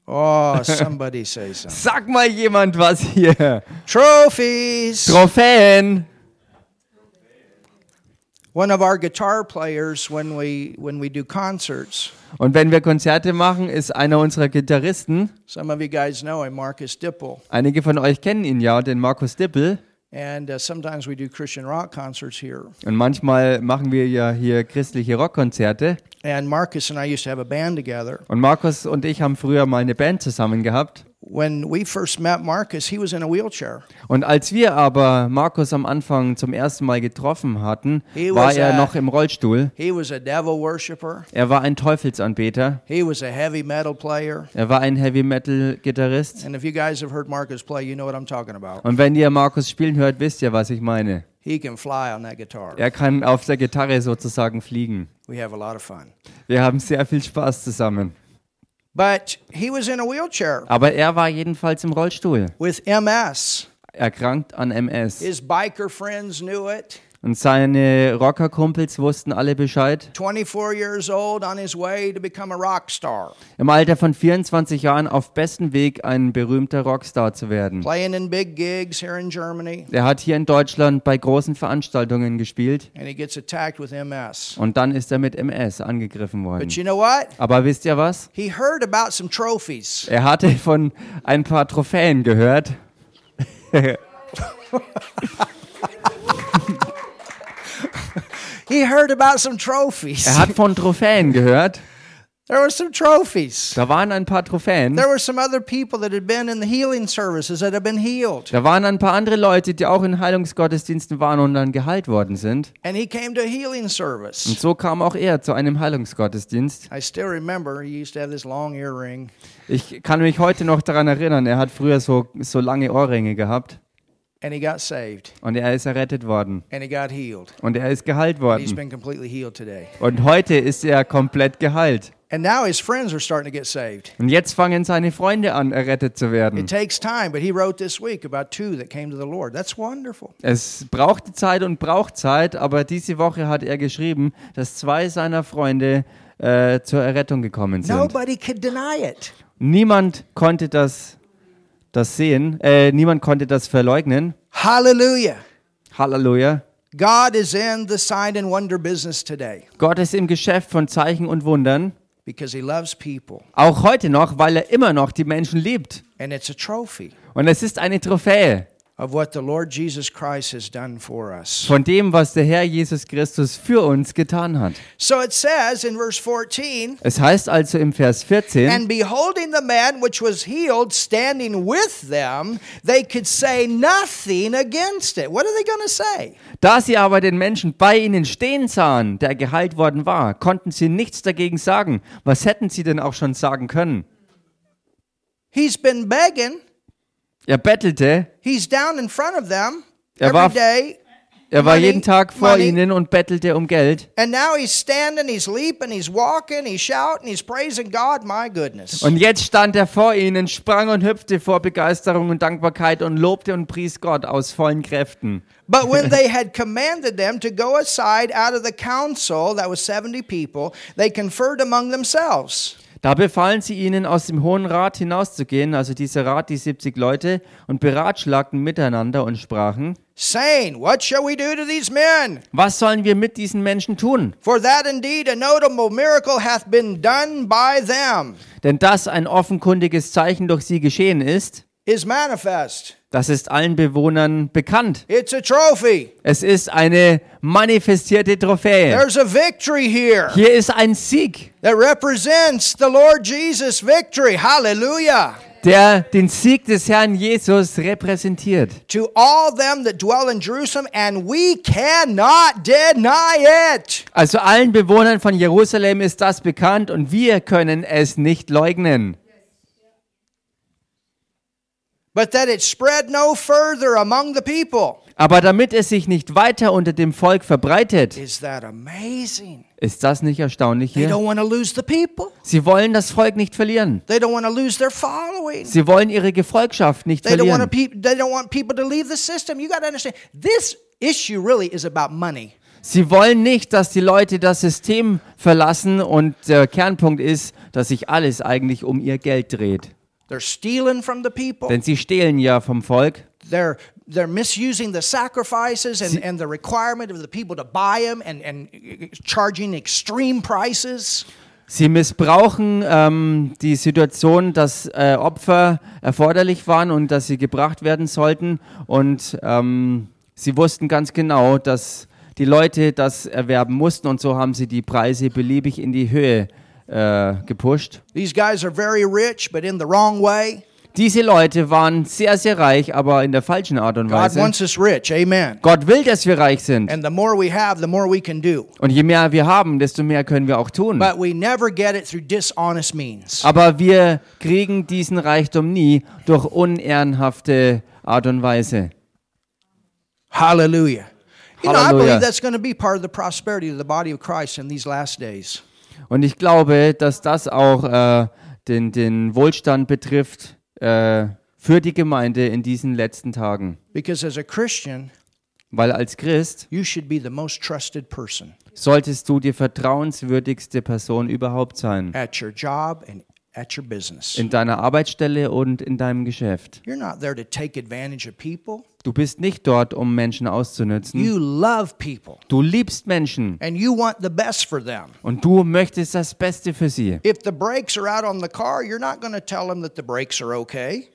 Speaker 1: Oh, somebody say something.
Speaker 2: Sag mal jemand was hier.
Speaker 1: Trophies.
Speaker 2: Trophäen.
Speaker 1: One of our guitar players, when we when we do concerts,
Speaker 2: Und wenn wir Konzerte machen, ist einer unserer Gitarristen,
Speaker 1: some of you guys know him, Marcus Dipple.
Speaker 2: einige von euch kennen ihn ja, den Markus Dippel,
Speaker 1: And uh, sometimes we do Christian rock concerts here.
Speaker 2: Und manchmal machen wir ja hier christliche Rockkonzerte.
Speaker 1: And Marcus and I used to have a band together.
Speaker 2: Und Markus und ich haben früher mal eine Band zusammen gehabt.
Speaker 1: When we first met Marcus, he was in a wheelchair.
Speaker 2: Und als wir aber Markus am Anfang zum ersten Mal getroffen hatten,
Speaker 1: He
Speaker 2: war
Speaker 1: was,
Speaker 2: er
Speaker 1: äh,
Speaker 2: noch im Rollstuhl.
Speaker 1: He was a devil worshiper.
Speaker 2: Er war ein Teufelsanbeter.
Speaker 1: He was a heavy metal player.
Speaker 2: Er war ein Heavy Metal Gitarrist.
Speaker 1: And if you guys have heard Marcus play, you know what I'm talking about.
Speaker 2: Und wenn ihr Markus spielen hört, wisst ihr, was ich meine.
Speaker 1: He can fly on that guitar.
Speaker 2: Er kann auf der Gitarre sozusagen fliegen.
Speaker 1: We have a lot of fun.
Speaker 2: Wir haben sehr viel Spaß zusammen.
Speaker 1: But he was in a wheelchair
Speaker 2: Aber er war jedenfalls im Rollstuhl,
Speaker 1: with MS.
Speaker 2: erkrankt an MS.
Speaker 1: His biker friends knew it.
Speaker 2: Und seine Rockerkumpels wussten alle Bescheid.
Speaker 1: 24 years old on his way to become a rock star,
Speaker 2: Im Alter von 24 Jahren auf besten Weg, ein berühmter Rockstar zu werden.
Speaker 1: playing in big gigs here in Germany.
Speaker 2: Er hat hier in Deutschland bei großen Veranstaltungen gespielt
Speaker 1: And he gets attacked with MS.
Speaker 2: und dann ist er mit MS angegriffen worden.
Speaker 1: But you know what?
Speaker 2: Aber wisst ihr was?
Speaker 1: He heard about some trophies.
Speaker 2: Er hatte von ein paar Trophäen gehört.
Speaker 1: He heard about some trophies.
Speaker 2: Er hat von Trophäen gehört.
Speaker 1: There were some trophies.
Speaker 2: Da waren ein paar Trophäen.
Speaker 1: There were some other people that had been in the healing services that had been healed.
Speaker 2: Da waren ein paar andere Leute, die auch in Heilungsgottesdiensten waren und dann geheilt worden sind.
Speaker 1: And he came to a healing
Speaker 2: Und
Speaker 1: service.
Speaker 2: so kam auch er zu einem Heilungsgottesdienst.
Speaker 1: I still remember he used to have this long earring.
Speaker 2: Ich kann mich heute noch daran erinnern, er hat früher so, so lange Ohrringe gehabt.
Speaker 1: and he got saved
Speaker 2: Und er ist errettet worden.
Speaker 1: and he got healed.
Speaker 2: Und er ist geheilt
Speaker 1: He's
Speaker 2: worden.
Speaker 1: been completely healed today.
Speaker 2: Und heute ist er komplett geheilt.
Speaker 1: And now his friends are starting to get saved.
Speaker 2: Und jetzt fangen seine Freunde an, errettet zu werden.
Speaker 1: It takes time, but he wrote this week about two that came to the Lord. That's wonderful.
Speaker 2: Es brauchte Zeit und braucht Zeit, aber diese Woche hat er geschrieben, dass zwei seiner Freunde äh, zur Errettung gekommen sind.
Speaker 1: Nobody could deny it.
Speaker 2: Niemand konnte das, das sehen, äh, niemand konnte das verleugnen.
Speaker 1: Hallelujah.
Speaker 2: Halleluja.
Speaker 1: God is in the sign and wonder business today
Speaker 2: Gott ist im Geschäft von Zeichen und Wundern,
Speaker 1: because he loves people,
Speaker 2: auch heute noch, weil er immer noch die Menschen liebt.
Speaker 1: and it's a trophy
Speaker 2: Und es ist eine Trophäe
Speaker 1: of what the Lord Jesus Christ has done for us.
Speaker 2: von dem, was der Herr Jesus Christus für uns getan hat.
Speaker 1: So it says in verse 14,
Speaker 2: Es heißt also im Vers 14,
Speaker 1: And beholding the man which was healed standing with them, they could say nothing against it. What are they going to say?
Speaker 2: Da sie aber den Menschen bei ihnen stehen sahen, der geheilt worden war, konnten sie nichts dagegen sagen. Was hätten sie denn auch schon sagen können?
Speaker 1: He's been begging.
Speaker 2: Er bettelte,
Speaker 1: He's down in front of them
Speaker 2: Er
Speaker 1: every
Speaker 2: war-
Speaker 1: day.
Speaker 2: er war
Speaker 1: Money,
Speaker 2: jeden Tag vor
Speaker 1: money.
Speaker 2: ihnen und bettelte um Geld.
Speaker 1: And now he's standing, he's leaping, he's walking, he's shouting, he's praising God. My goodness.
Speaker 2: Und jetzt stand er vor ihnen, sprang und hüpfte vor Begeisterung und Dankbarkeit und lobte und pries Gott aus vollen Kräften.
Speaker 1: But when they had commanded them to go aside out of the council, that was 70 people, they conferred among themselves.
Speaker 2: Da befahlen sie ihnen, aus dem Hohen Rat hinauszugehen, also dieser Rat, die 70 Leute, und beratschlagten miteinander und sprachen,
Speaker 1: Saying, What shall we do to these men?
Speaker 2: was sollen wir mit diesen Menschen tun?
Speaker 1: For that indeed a notable miracle hath been done by them,
Speaker 2: Denn dass ein offenkundiges Zeichen durch sie geschehen ist,
Speaker 1: is manifest.
Speaker 2: das ist allen Bewohnern bekannt.
Speaker 1: It's a trophy.
Speaker 2: Es ist eine manifestierte Trophäe.
Speaker 1: There's a victory here
Speaker 2: Hier ist ein Sieg,
Speaker 1: that represents the Lord Jesus' victory. Hallelujah.
Speaker 2: der den Sieg des Herrn Jesus repräsentiert.
Speaker 1: To all them that dwell in Jerusalem, and we cannot deny it.
Speaker 2: Also allen Bewohnern von Jerusalem ist das bekannt und wir können es nicht leugnen.
Speaker 1: but that it spread no further among the people.
Speaker 2: Aber damit es sich nicht weiter unter dem Volk verbreitet,
Speaker 1: Is that amazing?
Speaker 2: ist das nicht erstaunlich
Speaker 1: They
Speaker 2: hier?
Speaker 1: don't want to lose the people.
Speaker 2: Sie wollen das Volk nicht verlieren.
Speaker 1: They don't want to lose their following.
Speaker 2: Sie wollen ihre Gefolgschaft nicht
Speaker 1: They don't want to pe-
Speaker 2: verlieren.
Speaker 1: they don't want people to leave the system. You got to understand this issue really is about money.
Speaker 2: Sie wollen nicht, dass die Leute das System verlassen und der Kernpunkt ist, dass sich alles eigentlich um ihr Geld dreht.
Speaker 1: They're stealing from the people.
Speaker 2: Denn sie stehlen ja vom Volk.
Speaker 1: They're they're misusing the sacrifices and, and the requirement of the people to buy them and, and charging extreme prices.
Speaker 2: Sie missbrauchen ähm, die Situation, dass äh, Opfer erforderlich waren und dass sie gebracht werden sollten. Und ähm, sie wussten ganz genau, dass die Leute das erwerben mussten. Und so haben sie die Preise beliebig in die Höhe äh, gepusht.
Speaker 1: These guys are very rich, but in the wrong way.
Speaker 2: Diese Leute waren sehr, sehr reich, aber in der falschen Art und
Speaker 1: God
Speaker 2: Weise.
Speaker 1: wants us rich. Amen.
Speaker 2: Gott will, dass wir reich sind.
Speaker 1: And the more we have, the more we can do.
Speaker 2: Und je mehr wir haben, desto mehr können wir auch tun.
Speaker 1: But we never get it through dishonest means.
Speaker 2: Aber wir kriegen diesen Reichtum nie durch unehrenhafte Art und Weise.
Speaker 1: Hallelujah. You know, I
Speaker 2: Hallelujah.
Speaker 1: believe that's going to be part of the prosperity of the body of Christ in these last days.
Speaker 2: Und ich glaube, dass das auch äh, den, den Wohlstand betrifft äh, für die Gemeinde in diesen letzten Tagen.
Speaker 1: Because as a Christian,
Speaker 2: Weil als Christ
Speaker 1: you should be the most trusted person
Speaker 2: solltest du die vertrauenswürdigste Person überhaupt sein.
Speaker 1: at your job and at your business.
Speaker 2: In deiner Arbeitsstelle und in deinem Geschäft.
Speaker 1: You're not there to take advantage of people.
Speaker 2: Du bist nicht dort, um Menschen auszunützen.
Speaker 1: You love people
Speaker 2: Du liebst Menschen
Speaker 1: and you want the best for them.
Speaker 2: und du möchtest das Beste für sie.
Speaker 1: If the brakes are out on the car, you're not going to tell them that the brakes are okay.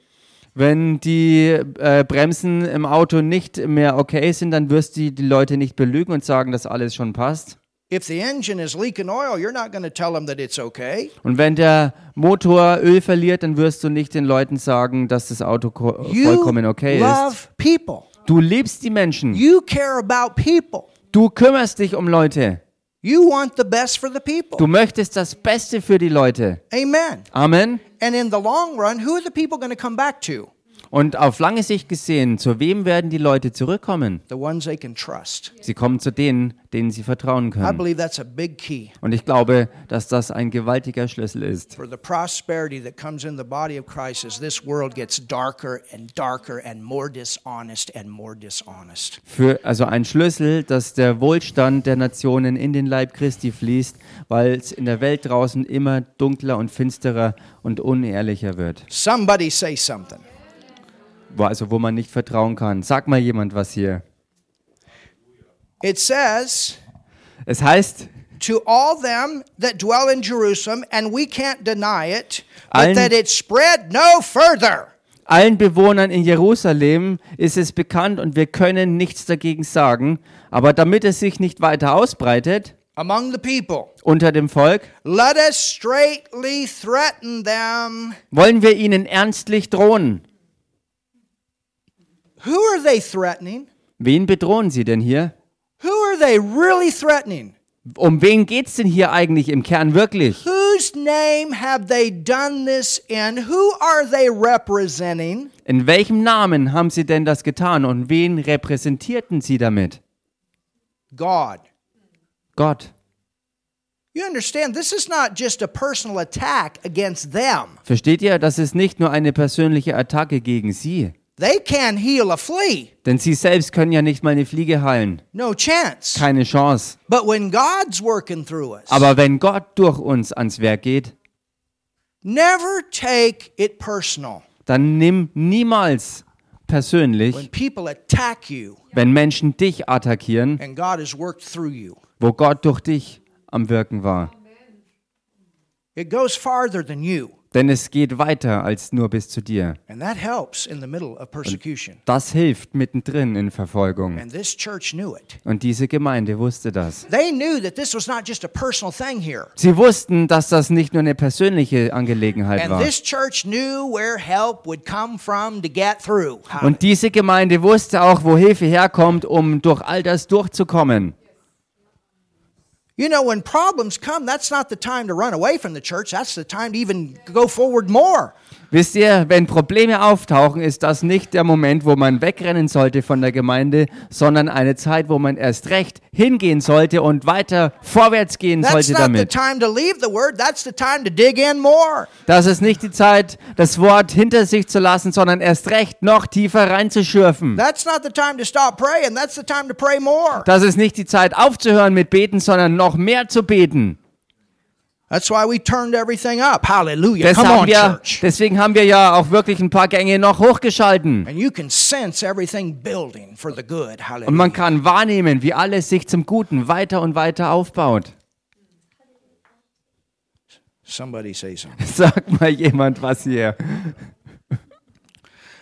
Speaker 2: Wenn die äh, Bremsen im Auto nicht mehr okay sind, dann wirst du die Leute nicht belügen und sagen, dass alles schon passt.
Speaker 1: If the engine is leaking oil, you're not going to tell them that it's okay.
Speaker 2: Und wenn der Motor Öl verliert, dann wirst du nicht den Leuten sagen, dass das Auto ko-
Speaker 1: You
Speaker 2: vollkommen okay Hmm. ist.
Speaker 1: love people.
Speaker 2: Du liebst die Menschen.
Speaker 1: You care about people.
Speaker 2: Du kümmerst dich um Leute.
Speaker 1: You want the best for the people.
Speaker 2: Du möchtest das Beste für die Leute.
Speaker 1: Amen.
Speaker 2: Amen.
Speaker 1: And in the long run, who are the people going to come back to?
Speaker 2: Und auf lange Sicht gesehen, zu wem werden die Leute zurückkommen?
Speaker 1: the ones they can trust.
Speaker 2: Sie kommen zu denen, denen sie vertrauen
Speaker 1: I
Speaker 2: können.
Speaker 1: believe that's a big key
Speaker 2: Und ich glaube, dass das ein gewaltiger Schlüssel ist.
Speaker 1: for the prosperity that comes in the body of Christ as this world gets darker and darker and more dishonest and more dishonest.
Speaker 2: Für, also ein Schlüssel, dass der Wohlstand der Nationen in den Leib Christi fließt, weil es in der Welt draußen immer dunkler und finsterer und unehrlicher wird.
Speaker 1: Somebody say something.
Speaker 2: Wo, also wo man nicht vertrauen kann. Sag mal jemand was hier.
Speaker 1: It says,
Speaker 2: Es heißt,
Speaker 1: to all them that dwell in Jerusalem, and we can't deny it, but
Speaker 2: Allen-
Speaker 1: that it spread no further.
Speaker 2: Allen Bewohnern in Jerusalem ist es bekannt und wir können nichts dagegen sagen. Aber damit es sich nicht weiter ausbreitet
Speaker 1: among the people.
Speaker 2: unter dem Volk,
Speaker 1: Let us straightly threaten them.
Speaker 2: wollen wir ihnen ernstlich drohen.
Speaker 1: Who are they threatening?
Speaker 2: Wen bedrohen sie denn hier?
Speaker 1: Who are they really threatening?
Speaker 2: Um wen geht's denn hier eigentlich im Kern wirklich?
Speaker 1: Whose name have they done this in? Who are they representing?
Speaker 2: In welchem Namen haben sie denn das getan und wen repräsentierten sie damit?
Speaker 1: God.
Speaker 2: Gott.
Speaker 1: You understand, this is not just a personal attack against them.
Speaker 2: Versteht ihr, das ist nicht nur eine persönliche Attacke gegen sie.
Speaker 1: They can heal a flea.
Speaker 2: Denn sie selbst können ja nicht mal eine Fliege heilen.
Speaker 1: No chance.
Speaker 2: Keine Chance.
Speaker 1: But when God's working through us,
Speaker 2: Aber wenn Gott durch uns ans Werk geht,
Speaker 1: never take it personal.
Speaker 2: dann nimm niemals
Speaker 1: When
Speaker 2: persönlich,
Speaker 1: people attack you
Speaker 2: wenn Menschen dich attackieren,
Speaker 1: and God has worked through you.
Speaker 2: wo Gott durch dich am Wirken war.
Speaker 1: It goes farther than you,
Speaker 2: Denn es geht weiter als nur bis zu dir.
Speaker 1: and that helps in the middle of persecution.
Speaker 2: Das hilft mittendrin in Verfolgung.
Speaker 1: And this church knew it.
Speaker 2: Und diese Gemeinde wusste das.
Speaker 1: They knew that this was not just a personal thing here.
Speaker 2: Sie wussten, dass das nicht nur eine persönliche Angelegenheit
Speaker 1: And
Speaker 2: war.
Speaker 1: this church knew where help would come from to get through.
Speaker 2: Und diese Gemeinde wusste auch, wo Hilfe herkommt, um durch all das durchzukommen.
Speaker 1: You know, when problems come, that's not the time to run away from the church. That's the time to even go forward more.
Speaker 2: Wisst ihr, wenn Probleme auftauchen, ist das nicht der Moment, wo man wegrennen sollte von der Gemeinde, sondern eine Zeit, wo man erst recht hingehen sollte und weiter vorwärts gehen
Speaker 1: That's
Speaker 2: sollte
Speaker 1: not the
Speaker 2: damit.
Speaker 1: time to leave the word. That's the time to dig in more.
Speaker 2: Das ist nicht die Zeit, das Wort hinter sich zu lassen, sondern erst recht noch tiefer reinzuschürfen.
Speaker 1: That's not the time to stop praying. That's the time to pray more.
Speaker 2: Das ist nicht die Zeit aufzuhören mit Beten, sondern noch mehr zu beten.
Speaker 1: That's why we turned everything up. Hallelujah.
Speaker 2: Deshalb
Speaker 1: Come on,
Speaker 2: haben wir,
Speaker 1: church.
Speaker 2: deswegen haben wir ja auch wirklich ein paar Gänge noch hochgeschalten.
Speaker 1: And you can sense everything building for the good.
Speaker 2: Und man
Speaker 1: Hallelujah.
Speaker 2: kann wahrnehmen, wie alles sich zum Guten weiter und weiter aufbaut.
Speaker 1: Somebody say something.
Speaker 2: Sag mal jemand was hier.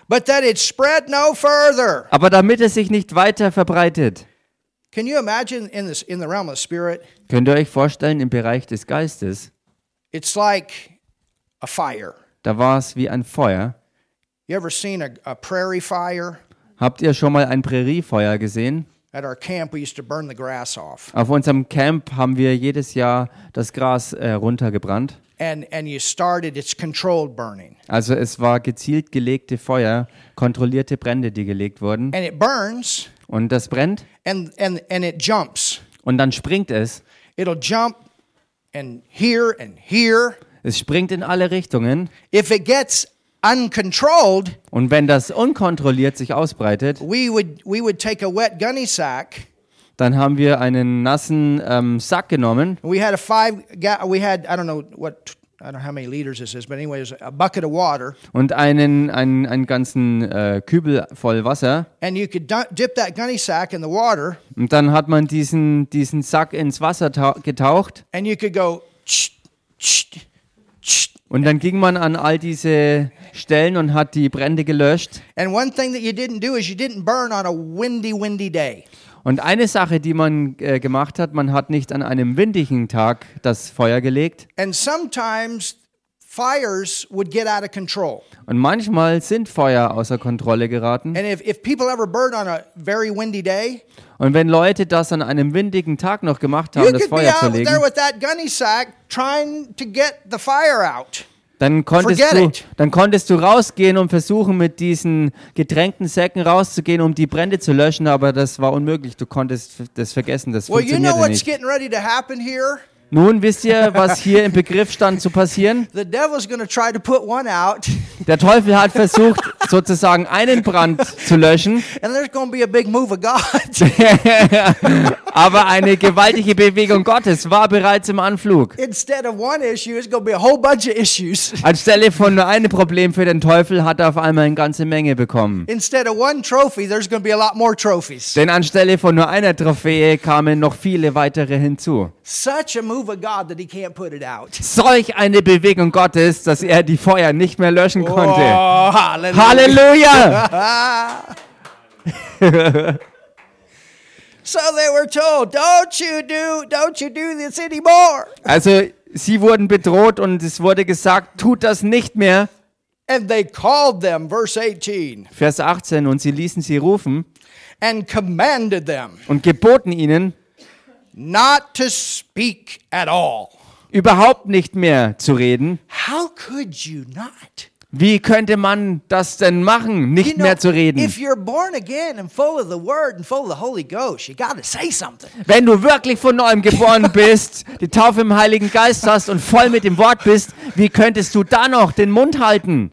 Speaker 1: But that it spread no further.
Speaker 2: Aber damit es sich nicht weiter verbreitet,
Speaker 1: Can you imagine in this in the realm of spirit?
Speaker 2: könnt ihr euch vorstellen, im Bereich des Geistes,
Speaker 1: It's like a fire.
Speaker 2: da war es wie ein Feuer.
Speaker 1: You ever seen a, a prairie fire?
Speaker 2: Habt ihr schon mal ein Präriefeuer gesehen?
Speaker 1: At our camp, we used to burn the grass off,
Speaker 2: Auf unserem Camp haben wir jedes Jahr das Gras äh, runtergebrannt.
Speaker 1: and and you started. It's controlled burning,
Speaker 2: Also es war gezielt gelegte Feuer, kontrollierte Brände, die gelegt wurden.
Speaker 1: and it burns,
Speaker 2: Und das brennt
Speaker 1: and and and it jumps.
Speaker 2: und dann springt es.
Speaker 1: It'll jump, and here and here.
Speaker 2: Es springt in alle Richtungen.
Speaker 1: If it gets uncontrolled,
Speaker 2: Und wenn das unkontrolliert sich ausbreitet,
Speaker 1: we would we would take a wet gunny sack
Speaker 2: dann haben wir einen nassen ähm, Sack genommen
Speaker 1: We had a five. Ga- we had I don't know what I don't know how many liters this is, but anyways, a bucket of water,
Speaker 2: und einen, einen, einen ganzen äh, Kübel voll Wasser.
Speaker 1: and you could du- dip that gunny sack in the water,
Speaker 2: Und dann hat man diesen, diesen Sack ins Wasser tau- getaucht
Speaker 1: and you could go. "Tsch, tsch, tsch."
Speaker 2: und dann ging man an all diese Stellen und hat die Brände gelöscht.
Speaker 1: And one thing that you didn't do is you didn't burn on a windy, windy day.
Speaker 2: Und eine Sache, die man äh, gemacht hat, man hat nicht an einem windigen Tag das Feuer gelegt.
Speaker 1: And sometimes fires would get out of control.
Speaker 2: Und manchmal sind Feuer außer Kontrolle geraten.
Speaker 1: And if, if people ever burn on a very windy day,
Speaker 2: Und wenn Leute das an einem windigen Tag noch gemacht haben,
Speaker 1: you
Speaker 2: das
Speaker 1: could be
Speaker 2: Feuer zu
Speaker 1: out
Speaker 2: legen,
Speaker 1: there with that gunny sack trying to get the fire out.
Speaker 2: Dann konntest,
Speaker 1: Forget
Speaker 2: du,
Speaker 1: it.
Speaker 2: dann konntest du rausgehen und versuchen, mit diesen getränkten Säcken rauszugehen, um die Brände zu löschen, aber das war unmöglich. Du konntest f- das vergessen, das
Speaker 1: Well, you know
Speaker 2: funktionierte
Speaker 1: what's
Speaker 2: nicht.
Speaker 1: getting ready to happen here?
Speaker 2: Nun wisst ihr, was hier im Begriff stand zu passieren?
Speaker 1: The devil's going to try to put one out,
Speaker 2: Der Teufel hat versucht, sozusagen einen Brand zu löschen,
Speaker 1: and there's going to be a big move of God.
Speaker 2: aber eine gewaltige Bewegung Gottes war bereits im Anflug.
Speaker 1: Instead of one issue, it's going to be a whole bunch of issues.
Speaker 2: Anstelle von nur einem Problem für den Teufel hat er auf einmal eine ganze Menge bekommen.
Speaker 1: Instead of one trophy, there's going to be a lot more trophies.
Speaker 2: Denn anstelle von nur einer Trophäe kamen noch viele weitere hinzu.
Speaker 1: Such a move of God that he can't put it out.
Speaker 2: Solch eine Bewegung Gottes, dass er die Feuer nicht mehr löschen konnte.
Speaker 1: Oh, hallelujah.
Speaker 2: Halleluja!
Speaker 1: So they were told, "Don't you do, don't you do this anymore."
Speaker 2: Also, sie wurden bedroht und es wurde gesagt, tut das nicht mehr.
Speaker 1: And they called them, verse 18,
Speaker 2: Vers 18, und sie ließen sie rufen
Speaker 1: and commanded them
Speaker 2: und geboten ihnen,
Speaker 1: not to speak at all.
Speaker 2: überhaupt nicht mehr zu reden.
Speaker 1: How could you not?
Speaker 2: Wie könnte man das denn machen,
Speaker 1: You
Speaker 2: nicht
Speaker 1: know,
Speaker 2: mehr zu reden?
Speaker 1: if you're born again and full of the Word and full of the Holy Ghost, you got to say something.
Speaker 2: Wenn du wirklich von neuem geboren bist, die Taufe im Heiligen Geist hast und voll mit dem Wort bist, wie könntest du da noch den Mund halten?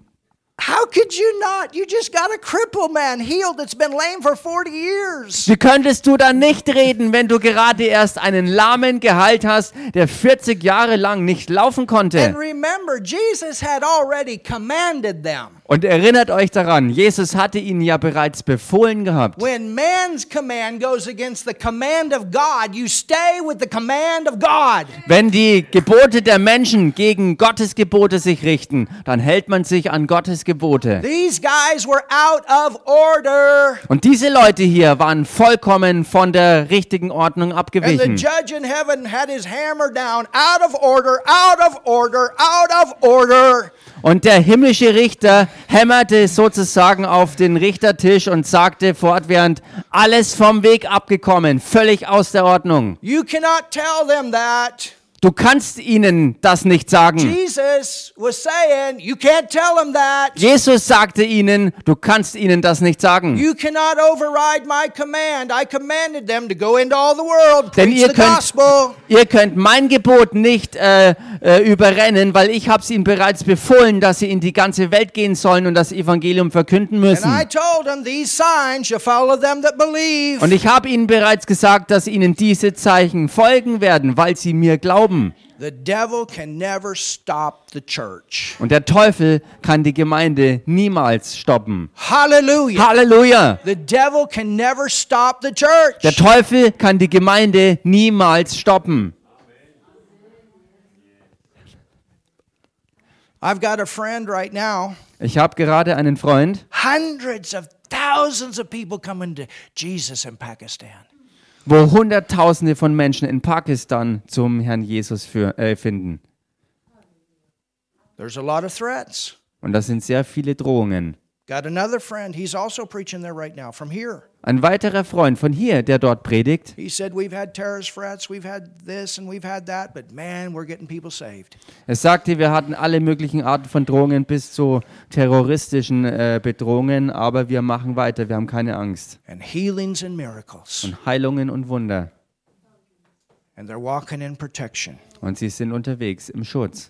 Speaker 1: How could you not? You just got a crippled man healed that's been lame for 40 years.
Speaker 2: Wie könntest du da nicht reden, wenn du gerade erst einen Lahmen geheilt hast, der 40 Jahre lang nicht laufen
Speaker 1: And
Speaker 2: konnte?
Speaker 1: remember, Jesus had already commanded them.
Speaker 2: Und erinnert euch daran, Jesus hatte ihnen ja bereits befohlen gehabt.
Speaker 1: When man's command goes against the command of God, you stay with the command of God.
Speaker 2: Wenn die Gebote der Menschen gegen Gottes Gebote sich richten, dann hält man sich an Gottes Gebote.
Speaker 1: These guys were out of order.
Speaker 2: Und diese Leute hier waren vollkommen von der richtigen Ordnung
Speaker 1: And the
Speaker 2: abgewichen.
Speaker 1: judge in heaven had his hammer down out of order, out of order, out of order.
Speaker 2: Und der himmlische Richter hämmerte sozusagen auf den Richtertisch und sagte fortwährend, alles vom Weg abgekommen, völlig aus der Ordnung.
Speaker 1: You cannot tell them that.
Speaker 2: Du kannst ihnen das nicht sagen.
Speaker 1: Jesus was saying, You can't tell them that.
Speaker 2: Jesus sagte ihnen, du kannst ihnen das nicht sagen.
Speaker 1: You cannot override my command. I commanded them to go into all the world,
Speaker 2: Denn
Speaker 1: preach
Speaker 2: ihr
Speaker 1: the
Speaker 2: könnt,
Speaker 1: gospel.
Speaker 2: ihr könnt mein Gebot nicht äh, äh, überrennen, weil ich habe es ihnen bereits befohlen, dass sie in die ganze Welt gehen sollen und das Evangelium verkünden
Speaker 1: And
Speaker 2: müssen.
Speaker 1: I told them, These signs shall follow them that believe.
Speaker 2: Und ich habe ihnen bereits gesagt, dass ihnen diese Zeichen folgen werden, weil sie mir glauben.
Speaker 1: The devil can never stop the church.
Speaker 2: Und der Teufel kann die Gemeinde niemals stoppen.
Speaker 1: Hallelujah.
Speaker 2: Halleluja!
Speaker 1: the devil can never stop the
Speaker 2: Der
Speaker 1: church.
Speaker 2: Teufel kann die Gemeinde niemals stoppen.
Speaker 1: I've got a friend right now.
Speaker 2: Ich habe gerade einen Freund,
Speaker 1: Hundreds of thousands of people coming to Jesus in Pakistan.
Speaker 2: wo Hunderttausende von Menschen in Pakistan zum Herrn Jesus für, äh, finden.
Speaker 1: There's a lot of threats.
Speaker 2: Und das sind sehr viele Drohungen.
Speaker 1: Got another friend. He's also preaching there right now from here.
Speaker 2: Ein weiterer Freund von hier, der dort predigt,
Speaker 1: He said, We've had terrorist threats, we've had this and we've had that, but man, we're getting people saved.
Speaker 2: Es sagte, wir hatten alle möglichen Arten von Drohungen bis zu terroristischen äh, Bedrohungen, aber wir machen weiter, wir haben keine Angst.
Speaker 1: And healings and miracles.
Speaker 2: Und Heilungen und Wunder.
Speaker 1: And they're walking in protection.
Speaker 2: Und sie sind unterwegs im Schutz.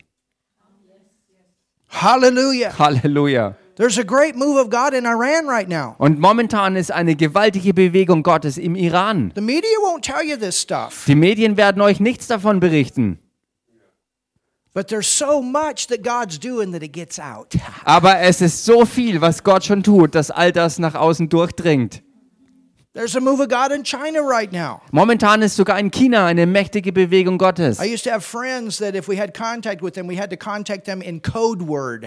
Speaker 1: Hallelujah.
Speaker 2: Halleluja.
Speaker 1: There's a great move of God in Iran right now.
Speaker 2: Und momentan ist eine gewaltige Bewegung Gottes im Iran.
Speaker 1: The media won't tell you this stuff,
Speaker 2: Die Medien werden euch nichts davon berichten.
Speaker 1: but there's so much that God's doing that it gets out.
Speaker 2: Aber es ist so viel, was Gott schon tut, dass all das nach außen durchdringt.
Speaker 1: There's a move of God in China right now.
Speaker 2: Momentan ist sogar in China eine mächtige Bewegung Gottes.
Speaker 1: I used to have friends that if we had contact with them, we had to contact them in code word.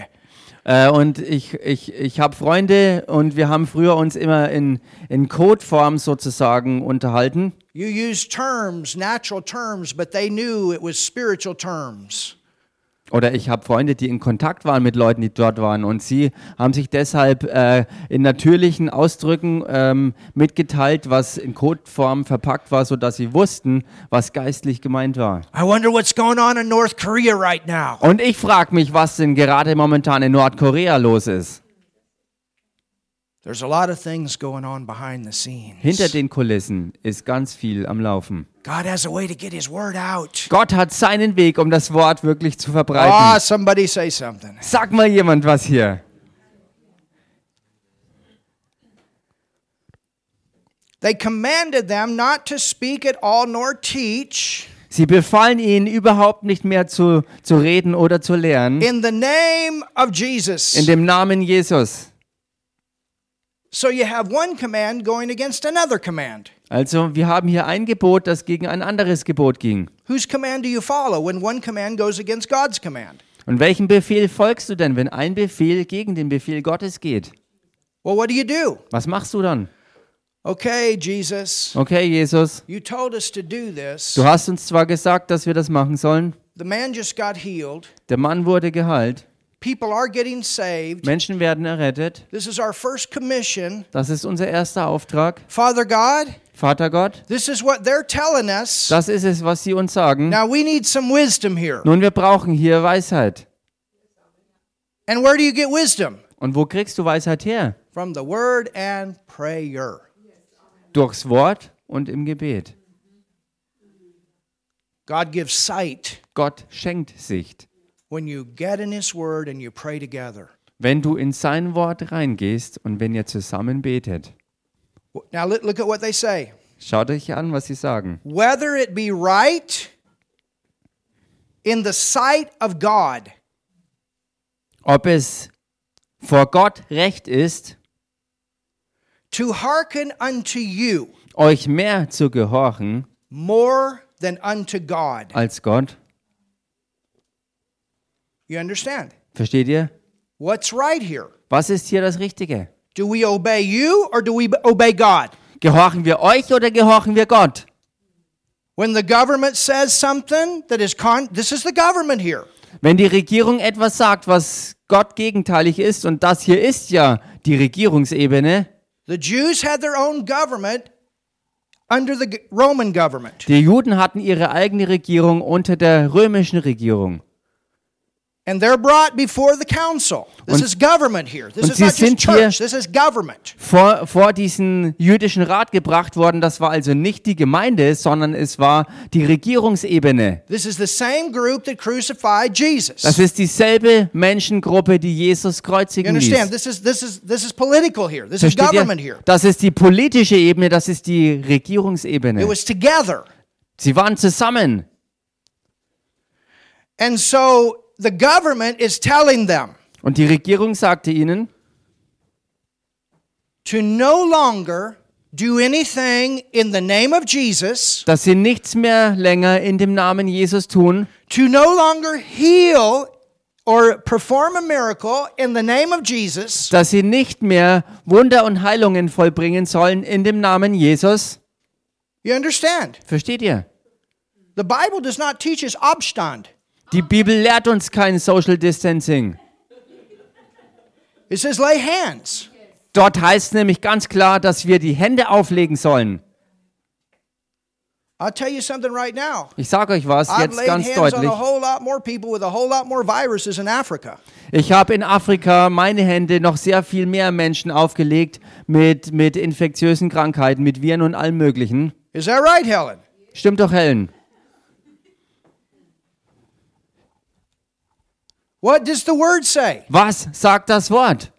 Speaker 2: Äh, und ich, ich, ich habe Freunde und wir haben früher uns immer in, in Codeform sozusagen unterhalten.
Speaker 1: You used terms, natural terms, but they knew it was spiritual terms.
Speaker 2: oder ich habe Freunde, die in Kontakt waren mit Leuten, die dort waren und sie haben sich deshalb äh, in natürlichen Ausdrücken ähm, mitgeteilt, was in Codeform verpackt war, sodass sie wussten, was geistlich gemeint war.
Speaker 1: I wonder what's going on in North Korea right now.
Speaker 2: Und ich frage mich, was denn gerade momentan in Nordkorea los ist,
Speaker 1: There's a lot of things going on behind the scenes.
Speaker 2: hinter den Kulissen ist ganz viel am Laufen.
Speaker 1: God has a way to get his word out.
Speaker 2: Gott hat seinen Weg, um das Wort wirklich zu
Speaker 1: Ah,
Speaker 2: verbreiten.
Speaker 1: somebody say something.
Speaker 2: Sag mal jemand was hier.
Speaker 1: They commanded them not to speak at all nor teach
Speaker 2: Sie befallen ihnen überhaupt nicht mehr zu, zu reden oder zu lernen.
Speaker 1: in the name of Jesus.
Speaker 2: In dem Namen Jesus.
Speaker 1: so you have one command going against another command.
Speaker 2: Also wir haben hier ein Gebot, das gegen ein anderes Gebot ging.
Speaker 1: Whose command do you follow when one command goes against God's command?
Speaker 2: Und welchen Befehl folgst du denn, wenn ein Befehl gegen den Befehl Gottes geht?
Speaker 1: Well, what do you do?
Speaker 2: Was machst du dann?
Speaker 1: Okay, Jesus,
Speaker 2: Okay, Jesus,
Speaker 1: you told us to do this.
Speaker 2: du hast uns zwar gesagt, dass wir das machen sollen.
Speaker 1: The man just got healed.
Speaker 2: Der Mann wurde geheilt.
Speaker 1: People are getting saved.
Speaker 2: Menschen werden errettet.
Speaker 1: This is our first commission.
Speaker 2: Das ist unser erster Auftrag.
Speaker 1: Father God,
Speaker 2: Vater Gott,
Speaker 1: this is what they're telling us.
Speaker 2: das ist es, was sie uns sagen.
Speaker 1: Now we need some wisdom here.
Speaker 2: Nun, wir brauchen hier Weisheit.
Speaker 1: And where do you get wisdom?
Speaker 2: Und wo kriegst du Weisheit her?
Speaker 1: From the word and prayer.
Speaker 2: Durchs Wort und im Gebet.
Speaker 1: God gives sight
Speaker 2: Gott schenkt Sicht.
Speaker 1: when you get in his word and you pray together.
Speaker 2: Wenn du in sein Wort reingehst und wenn ihr zusammen betet,
Speaker 1: Now let- look at what they say.
Speaker 2: schaut euch an, was sie sagen.
Speaker 1: Whether it be right in the sight of God
Speaker 2: Ob es vor Gott recht ist,
Speaker 1: to hearken unto you
Speaker 2: euch mehr zu gehorchen
Speaker 1: more than unto God.
Speaker 2: als Gott.
Speaker 1: You understand?
Speaker 2: Versteht ihr?
Speaker 1: What's right here?
Speaker 2: Was ist hier das Richtige?
Speaker 1: Do we obey you or do we b- obey God?
Speaker 2: Gehorchen wir euch oder gehorchen wir Gott?
Speaker 1: When the government says something that is con this is the government here.
Speaker 2: Wenn die Regierung etwas sagt, was Gott gegenteilig ist, und das hier ist ja die Regierungsebene,
Speaker 1: The Jews had their own government under the g- Roman government.
Speaker 2: die Juden hatten ihre eigene Regierung unter der römischen Regierung.
Speaker 1: And they're brought before the council. This
Speaker 2: Und-
Speaker 1: is government here. This
Speaker 2: und
Speaker 1: is
Speaker 2: sie
Speaker 1: not just
Speaker 2: sind hier-
Speaker 1: church. This is government.
Speaker 2: vor, vor diesen jüdischen Rat gebracht worden. Das war also nicht die Gemeinde, sondern es war die Regierungsebene.
Speaker 1: This is the same group that crucified Jesus.
Speaker 2: Das ist dieselbe Menschengruppe, die Jesus
Speaker 1: you
Speaker 2: kreuzigen
Speaker 1: understand?
Speaker 2: ließ.
Speaker 1: This is this is this is political here. This is
Speaker 2: Versteht
Speaker 1: government
Speaker 2: ihr?
Speaker 1: here.
Speaker 2: Das ist die politische Ebene, das ist die
Speaker 1: It
Speaker 2: Regierungsebene.
Speaker 1: was together.
Speaker 2: Sie waren zusammen.
Speaker 1: And so the government is telling them
Speaker 2: Und die Regierung sagte ihnen,
Speaker 1: to no longer do anything in the name of Jesus,
Speaker 2: dass sie nichts mehr länger in dem Namen Jesus tun,
Speaker 1: to no longer heal or perform a miracle in the name of Jesus,
Speaker 2: dass sie nicht mehr Wunder und Heilungen vollbringen sollen in dem Namen Jesus.
Speaker 1: you understand?
Speaker 2: Versteht ihr?
Speaker 1: The Bible does not teach us Abstand.
Speaker 2: Die Bibel lehrt uns kein Social Distancing.
Speaker 1: It says lay hands.
Speaker 2: Dort heißt nämlich ganz klar, dass wir die Hände auflegen sollen.
Speaker 1: I'll tell you something right now.
Speaker 2: Ich sage euch was
Speaker 1: I've
Speaker 2: jetzt
Speaker 1: laid
Speaker 2: ganz
Speaker 1: hands on
Speaker 2: deutlich.
Speaker 1: a whole lot more people with a whole lot more viruses in Africa.
Speaker 2: Ich habe in Afrika meine Hände noch sehr viel mehr Menschen aufgelegt mit, mit infektiösen Krankheiten, mit Viren und allem Möglichen.
Speaker 1: Is that right, Helen?
Speaker 2: Stimmt doch, Helen.
Speaker 1: What does the word say?
Speaker 2: Was sagt das Wort?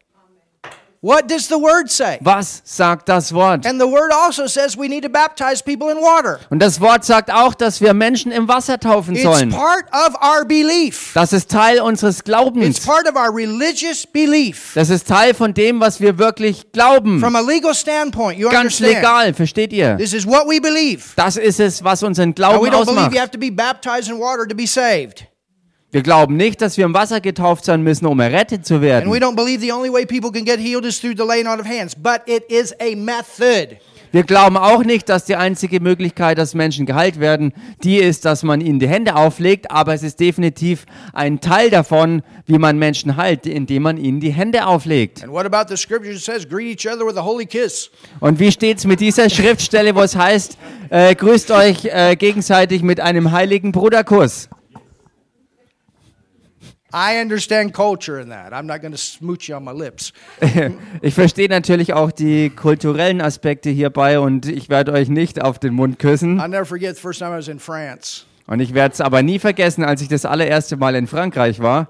Speaker 1: What does the word say?
Speaker 2: Was sagt das Wort?
Speaker 1: And the word also says we need to baptize people in water.
Speaker 2: Und das Wort sagt auch, dass wir Menschen im Wasser taufen
Speaker 1: It's
Speaker 2: sollen.
Speaker 1: part of our belief.
Speaker 2: Das ist Teil unseres
Speaker 1: It's
Speaker 2: Glaubens.
Speaker 1: part of our religious belief.
Speaker 2: Das ist Teil von dem, was wir wirklich glauben.
Speaker 1: From a legal standpoint, you
Speaker 2: Ganz
Speaker 1: understand.
Speaker 2: legal, versteht ihr?
Speaker 1: This is what we believe.
Speaker 2: Das ist es, was unseren
Speaker 1: Now,
Speaker 2: Glauben
Speaker 1: we don't believe
Speaker 2: ausmacht.
Speaker 1: you have to be baptized in water to be saved.
Speaker 2: Wir glauben nicht, dass wir im Wasser getauft sein müssen, um errettet zu
Speaker 1: And we
Speaker 2: werden.
Speaker 1: don't believe the only way people can get healed is through the laying on of hands, but it is a method.
Speaker 2: Wir glauben auch nicht, dass die einzige Möglichkeit, dass Menschen geheilt werden, die ist, dass man ihnen die Hände auflegt, aber es ist definitiv ein Teil davon, wie man Menschen heilt, indem man ihnen die Hände auflegt.
Speaker 1: And what about the scripture that says, greet each other with a holy kiss?
Speaker 2: Und wie steht's mit dieser Schriftstelle, wo es heißt, äh, grüßt euch äh, gegenseitig mit einem heiligen Bruderkuss?
Speaker 1: I understand culture in that. I'm not going to smooch you on my lips.
Speaker 2: Ich verstehe natürlich auch die kulturellen Aspekte hierbei und ich werde euch nicht auf den Mund küssen.
Speaker 1: I'll never forget the first time I was in France.
Speaker 2: Und ich werde es aber nie vergessen, als ich das allererste Mal in Frankreich war.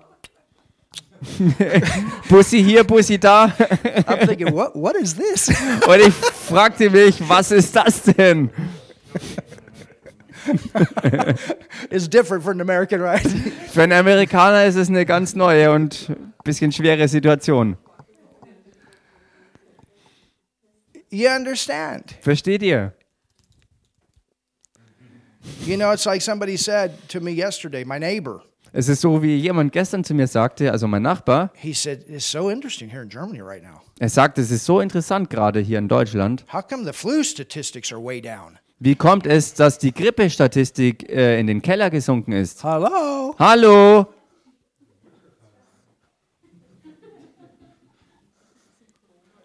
Speaker 2: Bussi hier, Bussi da.
Speaker 1: I'm thinking, what, what is this?
Speaker 2: Und ich fragte mich, was ist das denn?
Speaker 1: it's different for an American, right?
Speaker 2: Für einen Amerikaner ist es eine ganz neue und ein bisschen schwere Situation.
Speaker 1: you understand.
Speaker 2: Versteht ihr?
Speaker 1: You know, it's like somebody said to me yesterday, my neighbor.
Speaker 2: Es ist so, wie jemand gestern zu mir sagte, also mein Nachbar,
Speaker 1: He said, it's so interesting here in Germany right now.
Speaker 2: er sagte, es ist so interessant gerade hier in Deutschland.
Speaker 1: How come the flu statistics are way down?
Speaker 2: Wie kommt es, dass die Grippestatistik äh, in den Keller gesunken ist?
Speaker 1: Hello?
Speaker 2: Hallo?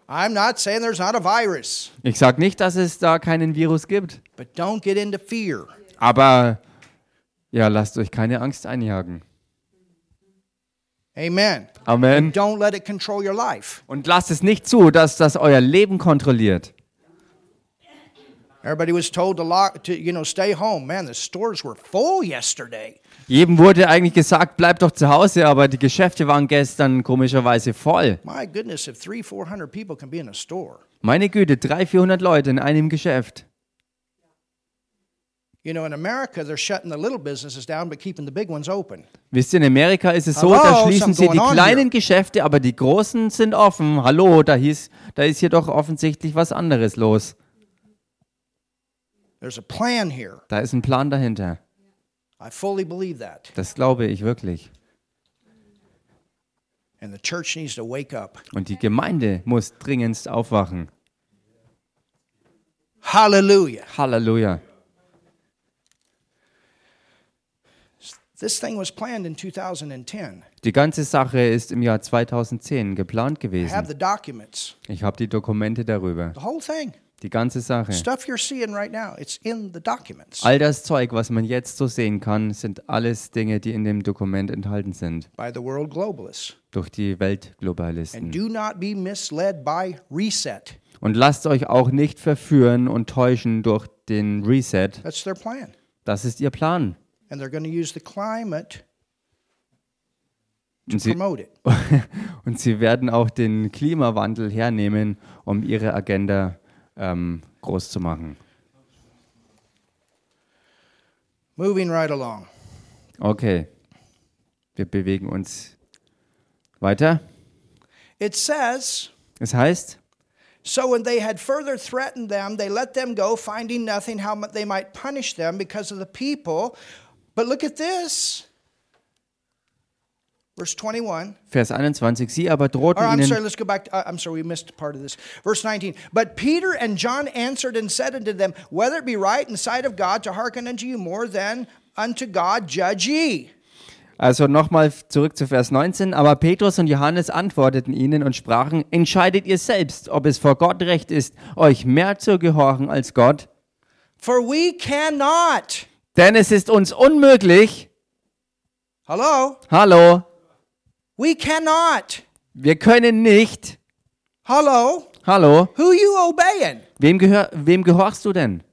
Speaker 1: I'm not saying there's not a virus,
Speaker 2: Ich sage nicht, dass es da keinen Virus gibt.
Speaker 1: but don't get into fear.
Speaker 2: Aber ja, lasst euch keine Angst einjagen.
Speaker 1: Amen.
Speaker 2: Amen.
Speaker 1: Don't let it control your life.
Speaker 2: Und lasst es nicht zu, dass das euer Leben kontrolliert.
Speaker 1: Everybody was told to lock to you know stay home. Man, the stores were full yesterday.
Speaker 2: Jedem wurde eigentlich gesagt, bleibt doch zu Hause, aber die Geschäfte waren gestern komischerweise voll.
Speaker 1: My goodness, if three, four hundred people can be in a store.
Speaker 2: Meine Güte, 300, 400 Leute in einem Geschäft.
Speaker 1: You know, in America, they're shutting the little businesses down, but keeping the big ones open.
Speaker 2: Wisst ihr, in Amerika ist es so,
Speaker 1: Hallo,
Speaker 2: da schließen
Speaker 1: something's
Speaker 2: sie die
Speaker 1: going on
Speaker 2: kleinen
Speaker 1: here.
Speaker 2: Geschäfte, aber die großen sind offen. Hallo, da, hieß, da ist hier doch offensichtlich was anderes los.
Speaker 1: There's a plan here.
Speaker 2: Da ist ein Plan dahinter.
Speaker 1: I fully believe that.
Speaker 2: Das glaube ich wirklich.
Speaker 1: And the church needs to wake up.
Speaker 2: Und die Gemeinde muss dringendst aufwachen.
Speaker 1: Hallelujah.
Speaker 2: Halleluja.
Speaker 1: This thing was planned in 2010.
Speaker 2: Die ganze Sache ist im Jahr 2010 geplant
Speaker 1: I have
Speaker 2: gewesen.
Speaker 1: the documents,
Speaker 2: Ich habe die Dokumente darüber.
Speaker 1: the whole thing.
Speaker 2: Die ganze Sache.
Speaker 1: Stuff you're seeing right now, it's in the documents.
Speaker 2: All das Zeug, was man jetzt so sehen kann, sind alles Dinge, die in dem Dokument enthalten sind.
Speaker 1: by the world globalists.
Speaker 2: Durch die
Speaker 1: And
Speaker 2: Weltglobalisten.
Speaker 1: do not be misled by reset.
Speaker 2: Und lasst euch auch nicht verführen und täuschen durch den Reset.
Speaker 1: That's their plan.
Speaker 2: Das ist ihr Plan.
Speaker 1: And they're going to use the climate
Speaker 2: Und sie,
Speaker 1: promote it.
Speaker 2: und sie werden auch den Klimawandel hernehmen, um ihre Agenda ähm, groß zu machen.
Speaker 1: Moving right along.
Speaker 2: Okay. Wir bewegen uns weiter.
Speaker 1: It says,
Speaker 2: Es heißt,
Speaker 1: So when they had further threatened them, they let them go, finding nothing how mu- they might punish them because of the people. But look at this. Verse 21.
Speaker 2: Vers 21, sie aber
Speaker 1: Or
Speaker 2: drohten
Speaker 1: I'm sorry,
Speaker 2: ihnen.
Speaker 1: let's go back. To, uh, I'm sorry, we missed part of this. Verse 19. But Peter and John answered and said unto them, Whether it be right in sight of God to hearken unto you more than unto God, judge ye.
Speaker 2: Also nochmal zurück zu Vers 19. Aber Petrus und Johannes antworteten ihnen und sprachen: Entscheidet ihr selbst, ob es vor Gott recht ist, euch mehr zu gehorchen als Gott.
Speaker 1: For we cannot.
Speaker 2: Denn es ist uns unmöglich.
Speaker 1: Hello?
Speaker 2: Hallo,
Speaker 1: We cannot.
Speaker 2: wir können nicht.
Speaker 1: Hello?
Speaker 2: Hallo,
Speaker 1: Who you obeying?
Speaker 2: wem, gehör, wem gehorchst du denn?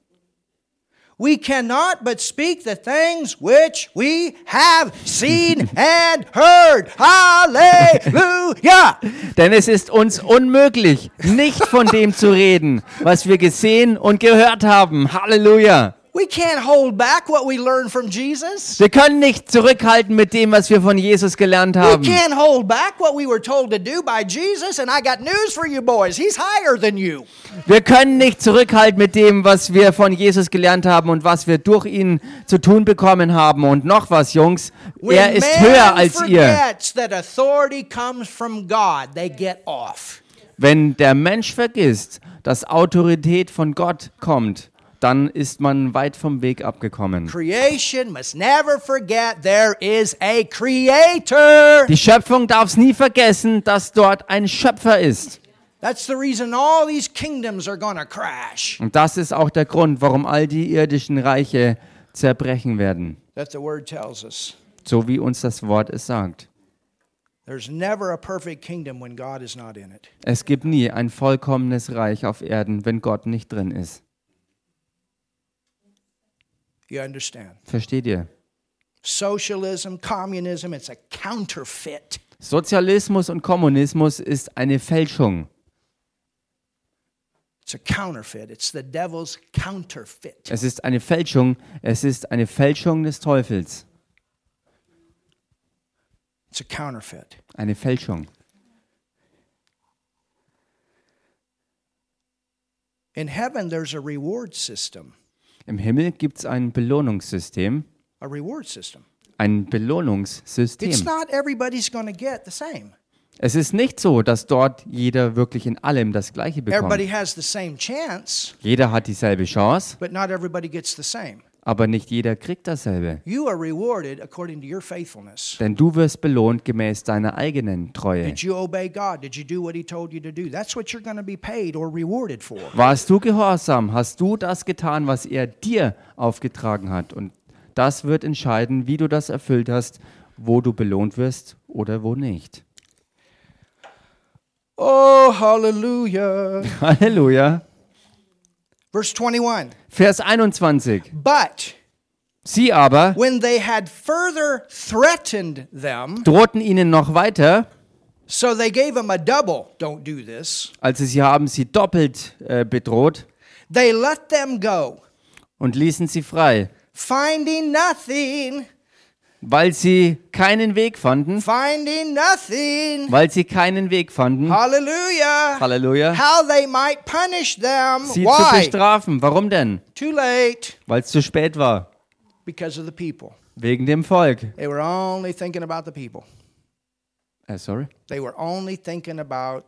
Speaker 1: We cannot but speak the things which we have seen and heard. Hallelujah!
Speaker 2: Denn es ist uns unmöglich, nicht von dem zu reden, was wir gesehen und gehört haben. Halleluja.
Speaker 1: We can't hold back what we learned from Jesus.
Speaker 2: Wir können nicht zurückhalten mit dem, was wir von Jesus gelernt
Speaker 1: We
Speaker 2: haben.
Speaker 1: can't hold back what we were told to do by Jesus. And I got news for you boys. He's higher than you.
Speaker 2: Wir können nicht zurückhalten mit dem, was wir von Jesus gelernt haben und was wir durch ihn zu tun bekommen haben. Und noch was, Jungs, er ist höher als ihr.
Speaker 1: forgets that authority comes from God, they get off.
Speaker 2: Wenn der Mensch vergisst, dass Autorität von Gott kommt, dann ist man weit vom Weg abgekommen.
Speaker 1: Creation must never forget there is a creator.
Speaker 2: Die Schöpfung darf es nie vergessen, dass dort ein Schöpfer ist.
Speaker 1: That's the reason all these kingdoms are going to crash.
Speaker 2: Und das ist auch der Grund, warum all die irdischen Reiche zerbrechen werden,
Speaker 1: That the word tells us.
Speaker 2: so wie uns das Wort es sagt.
Speaker 1: There's never a perfect kingdom when God is not in it.
Speaker 2: Es gibt nie ein vollkommenes Reich auf Erden, wenn Gott nicht drin ist.
Speaker 1: You understand?
Speaker 2: Versteht ihr?
Speaker 1: Socialism, communism, it's a counterfeit.
Speaker 2: Sozialismus und Kommunismus ist eine Fälschung.
Speaker 1: It's a counterfeit. It's the devil's counterfeit.
Speaker 2: Es ist eine Fälschung. Es ist eine Fälschung des Teufels.
Speaker 1: It's a counterfeit.
Speaker 2: Eine Fälschung.
Speaker 1: In heaven, there's a reward system.
Speaker 2: Im Himmel gibt es ein Belohnungssystem.
Speaker 1: A reward system.
Speaker 2: Ein
Speaker 1: It's
Speaker 2: Belohnungssystem.
Speaker 1: not everybody's going to get the same.
Speaker 2: Es ist nicht so, dass dort jeder wirklich in allem das Gleiche
Speaker 1: Everybody
Speaker 2: bekommt.
Speaker 1: has the same chance,
Speaker 2: Jeder hat dieselbe Chance,
Speaker 1: but not everybody gets the same.
Speaker 2: aber nicht jeder kriegt dasselbe.
Speaker 1: You are rewarded according to your faithfulness.
Speaker 2: Denn du wirst belohnt gemäß deiner eigenen Treue.
Speaker 1: Did you obey God? Did you do what He told you to do? That's what you're going to be paid or rewarded for.
Speaker 2: Warst du gehorsam? Hast du das getan, was er dir aufgetragen hat? Und das wird entscheiden, wie du das erfüllt hast, wo du belohnt wirst oder wo nicht.
Speaker 1: Oh, hallelujah.
Speaker 2: Halleluja.
Speaker 1: Verse 21.
Speaker 2: Vers 21.
Speaker 1: But
Speaker 2: Sie aber
Speaker 1: when they had further threatened them,
Speaker 2: drohten ihnen noch weiter,
Speaker 1: so they gave them a double, don't do this,
Speaker 2: also sie haben sie doppelt äh, bedroht
Speaker 1: they let them go,
Speaker 2: und ließen sie frei,
Speaker 1: finding nothing,
Speaker 2: weil sie keinen Weg fanden,
Speaker 1: finding nothing.
Speaker 2: weil sie keinen Weg fanden,
Speaker 1: Hallelujah.
Speaker 2: Halleluja,
Speaker 1: How they might punish them.
Speaker 2: sie zu
Speaker 1: Why?
Speaker 2: bestrafen. Warum denn?
Speaker 1: Too late.
Speaker 2: Weil es zu spät war,
Speaker 1: Because of the people.
Speaker 2: wegen dem Volk.
Speaker 1: They were only thinking about the people.
Speaker 2: Äh, sorry.
Speaker 1: They were only thinking about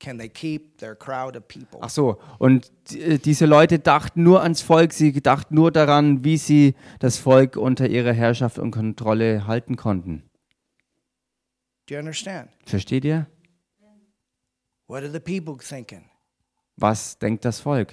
Speaker 1: can they keep their crowd of people?
Speaker 2: Ach so, und äh, diese Leute dachten nur ans Volk, sie dachten nur daran, wie sie das Volk unter ihrer Herrschaft und Kontrolle halten konnten.
Speaker 1: Do you understand?
Speaker 2: Versteht ihr?
Speaker 1: What are the people thinking?
Speaker 2: Was denkt das Volk?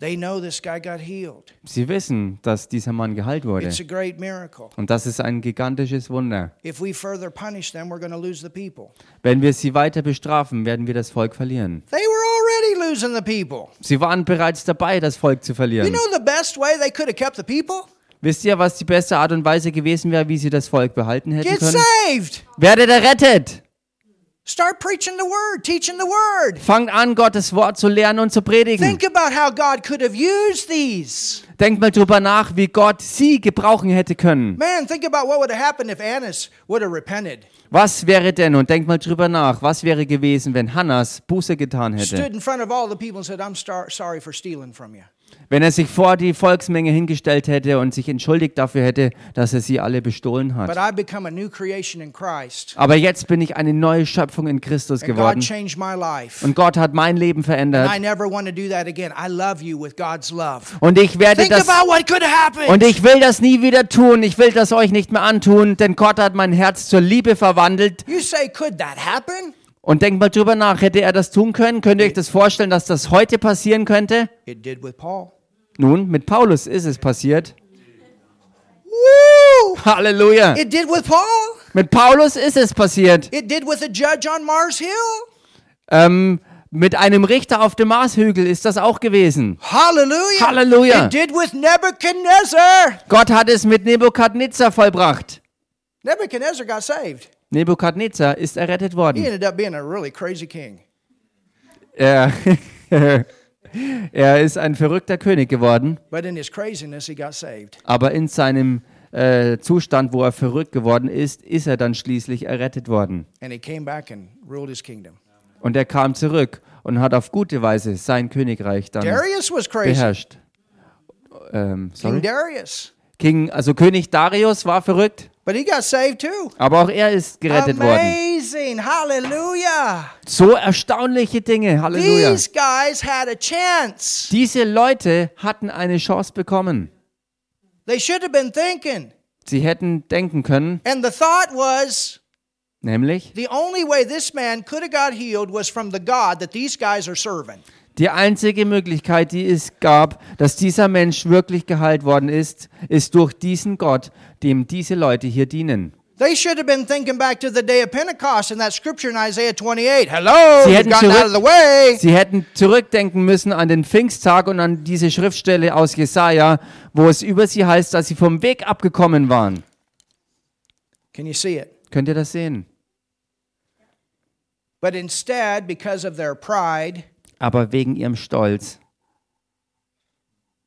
Speaker 1: They know this guy got healed.
Speaker 2: Sie wissen, dass dieser Mann geheilt wurde.
Speaker 1: It's a great miracle.
Speaker 2: Und das ist ein gigantisches Wunder.
Speaker 1: If we further punish them, we're going to lose the people.
Speaker 2: Wenn wir sie weiter bestrafen, werden wir das Volk verlieren.
Speaker 1: They were already losing the people.
Speaker 2: Sie waren bereits dabei, das Volk zu
Speaker 1: You
Speaker 2: verlieren.
Speaker 1: know the best way they could have kept the people?
Speaker 2: Wisst ihr, was die beste Art und Weise gewesen wäre, wie sie das Volk behalten hätten
Speaker 1: Get
Speaker 2: können?
Speaker 1: saved.
Speaker 2: Werdet errettet!
Speaker 1: Start preaching the word, teaching the word.
Speaker 2: Fangt an, Gottes Wort zu lernen und zu predigen.
Speaker 1: Think about how God could have used these.
Speaker 2: Denkt mal drüber nach, wie Gott sie gebrauchen hätte können.
Speaker 1: Man, think about what would have happened if Annas would have repented,
Speaker 2: Was wäre denn, und denkt mal drüber nach, was wäre gewesen, wenn Hannas Buße getan hätte?
Speaker 1: stood in front of all the people and said, I'm star- sorry for stealing from you.
Speaker 2: Wenn er sich vor die Volksmenge hingestellt hätte und sich entschuldigt dafür hätte, dass er sie alle bestohlen
Speaker 1: But
Speaker 2: hat.
Speaker 1: I've become a new creation in Christ.
Speaker 2: Aber jetzt bin ich eine neue Schöpfung in Christus
Speaker 1: And God
Speaker 2: geworden.
Speaker 1: changed my life.
Speaker 2: Und Gott hat mein Leben
Speaker 1: And I
Speaker 2: verändert.
Speaker 1: never want to do that again. I love you with God's love.
Speaker 2: Und ich werde
Speaker 1: Think
Speaker 2: das.
Speaker 1: about what could have happened.
Speaker 2: Und ich will das nie wieder tun. Ich will das euch nicht mehr antun, denn Gott hat mein Herz zur Liebe verwandelt.
Speaker 1: you say, could that happen?
Speaker 2: Und denkt mal drüber nach. Hätte er das tun können? Könnt ihr euch das vorstellen, dass das heute passieren könnte?
Speaker 1: It did with Paul.
Speaker 2: Nun, mit Paulus ist es passiert.
Speaker 1: Woo!
Speaker 2: Halleluja.
Speaker 1: It did with Paul.
Speaker 2: Mit Paulus ist es passiert.
Speaker 1: It did with a judge on Mars Hill.
Speaker 2: Ähm, mit einem Richter auf dem Marshügel ist das auch gewesen.
Speaker 1: Hallelujah.
Speaker 2: Hallelujah.
Speaker 1: It did with Nebuchadnezzar.
Speaker 2: Gott hat es mit Nebukadnezar vollbracht.
Speaker 1: Nebuchadnezzar got saved.
Speaker 2: Nebukadnezar ist errettet
Speaker 1: He
Speaker 2: worden.
Speaker 1: ended up being a really crazy king.
Speaker 2: Er, er ist ein verrückter König geworden,
Speaker 1: But in his craziness, he got saved.
Speaker 2: aber in seinem äh, Zustand, wo er verrückt geworden ist, ist er dann schließlich errettet worden.
Speaker 1: And he came back and ruled his kingdom.
Speaker 2: Und er kam zurück und hat auf gute Weise sein Königreich dann
Speaker 1: Darius was crazy.
Speaker 2: beherrscht. Ähm, sorry?
Speaker 1: King Darius.
Speaker 2: King, also König Darius war verrückt,
Speaker 1: But he got saved too.
Speaker 2: aber auch er ist gerettet worden.
Speaker 1: amazing. Hallelujah.
Speaker 2: So erstaunliche Dinge. Halleluja.
Speaker 1: These guys had a chance.
Speaker 2: Diese Leute hatten eine Chance bekommen.
Speaker 1: They should have been thinking.
Speaker 2: Sie hätten denken können,
Speaker 1: And the thought was
Speaker 2: nämlich,
Speaker 1: the only way this man could have got healed was from the God that these guys are serving.
Speaker 2: die einzige Möglichkeit, die es gab, dass dieser Mensch wirklich geheilt worden ist, ist durch diesen Gott, dem diese Leute hier dienen.
Speaker 1: They should have been thinking back to the day of Pentecost in that scripture in Isaiah 28. Hello,
Speaker 2: Sie
Speaker 1: we've
Speaker 2: hätten
Speaker 1: gotten
Speaker 2: zurück-
Speaker 1: out of the way.
Speaker 2: Sie hätten zurückdenken müssen an den Pfingsttag und an diese Schriftstelle aus Jesaja, wo es über sie heißt, dass sie vom Weg abgekommen waren.
Speaker 1: Can you see it?
Speaker 2: Könnt ihr das sehen?
Speaker 1: But instead, because of their pride,
Speaker 2: Aber wegen ihrem Stolz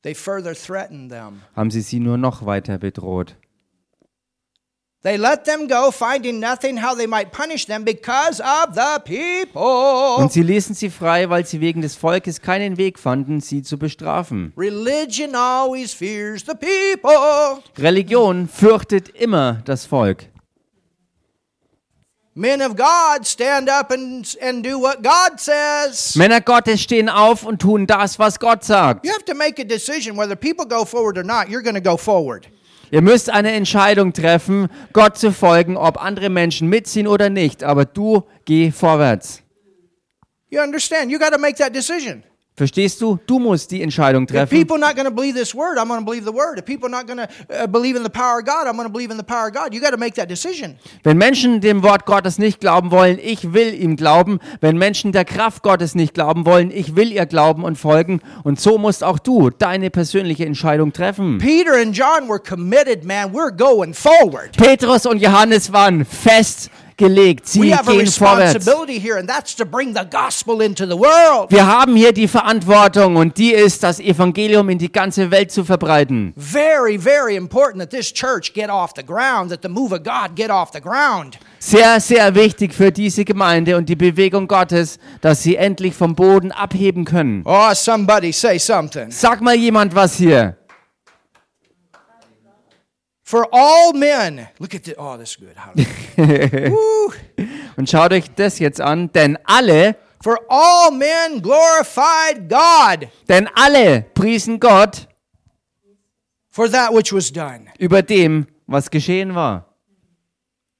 Speaker 1: they further threatened them.
Speaker 2: haben sie sie nur noch weiter bedroht.
Speaker 1: They let them go, finding nothing how they might punish them because of the people.
Speaker 2: Und sie ließen sie frei, weil sie wegen des Volkes keinen Weg fanden, sie zu bestrafen.
Speaker 1: Religion always fears the people.
Speaker 2: Religion fürchtet immer das Volk.
Speaker 1: Men of God, stand up and, and do what God says.
Speaker 2: Männer Gottes stehen auf und tun das, was Gott sagt.
Speaker 1: You have to make a decision whether people go forward or not. You're going to go forward.
Speaker 2: Ihr müsst eine Entscheidung treffen, Gott zu folgen, ob andere Menschen mitziehen oder nicht. Aber du geh vorwärts.
Speaker 1: You understand? You got to make that decision.
Speaker 2: Verstehst du? Du musst die Entscheidung
Speaker 1: If
Speaker 2: treffen.
Speaker 1: people not going to believe this word, I'm going to believe the word. If people not going to uh, believe in the power of God, I'm going to believe in the power of God. You got to make that decision.
Speaker 2: Wenn Menschen dem Wort Gottes nicht glauben wollen, ich will ihm glauben. Wenn Menschen der Kraft Gottes nicht glauben wollen, ich will ihr glauben und folgen. Und so musst auch du deine persönliche Entscheidung treffen.
Speaker 1: Peter and John were committed, man. We're going forward.
Speaker 2: Petrus und Johannes waren festgelegt.
Speaker 1: We
Speaker 2: Sie
Speaker 1: have a
Speaker 2: gehen vorwärts.
Speaker 1: responsibility here, and that's to bring the gospel into the world.
Speaker 2: Wir haben hier die Verantwortung und die ist, das Evangelium in die ganze Welt zu verbreiten.
Speaker 1: Very, very important that this church get off the ground, that the move of God get off the ground.
Speaker 2: Sehr, sehr wichtig für diese Gemeinde und die Bewegung Gottes, dass sie endlich vom Boden abheben können.
Speaker 1: Oh, somebody say something.
Speaker 2: Sag mal jemand was hier.
Speaker 1: For all men, look at this. Oh, this is good. Hallelujah. Woo.
Speaker 2: Und schaut euch das jetzt an, denn alle,
Speaker 1: For all men glorified God
Speaker 2: denn alle priesen Gott
Speaker 1: for that which was done.
Speaker 2: über dem, was geschehen war.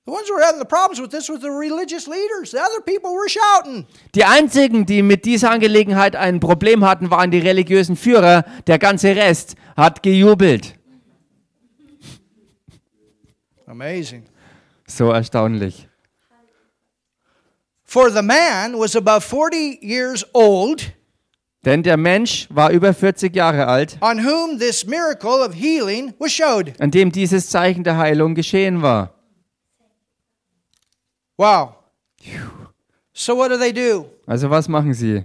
Speaker 1: The ones who were having the problems with this were the religious leaders. The other people were shouting.
Speaker 2: Die einzigen, die mit dieser Angelegenheit ein Problem hatten, waren die religiösen Führer. Der ganze Rest hat gejubelt.
Speaker 1: Amazing.
Speaker 2: So erstaunlich.
Speaker 1: For the man was above 40 years old,
Speaker 2: Denn der Mensch war über 40 Jahre alt,
Speaker 1: on whom this miracle of healing was showed.
Speaker 2: an dem dieses Zeichen der Heilung geschehen war.
Speaker 1: Wow. So what do they do?
Speaker 2: Also was machen sie?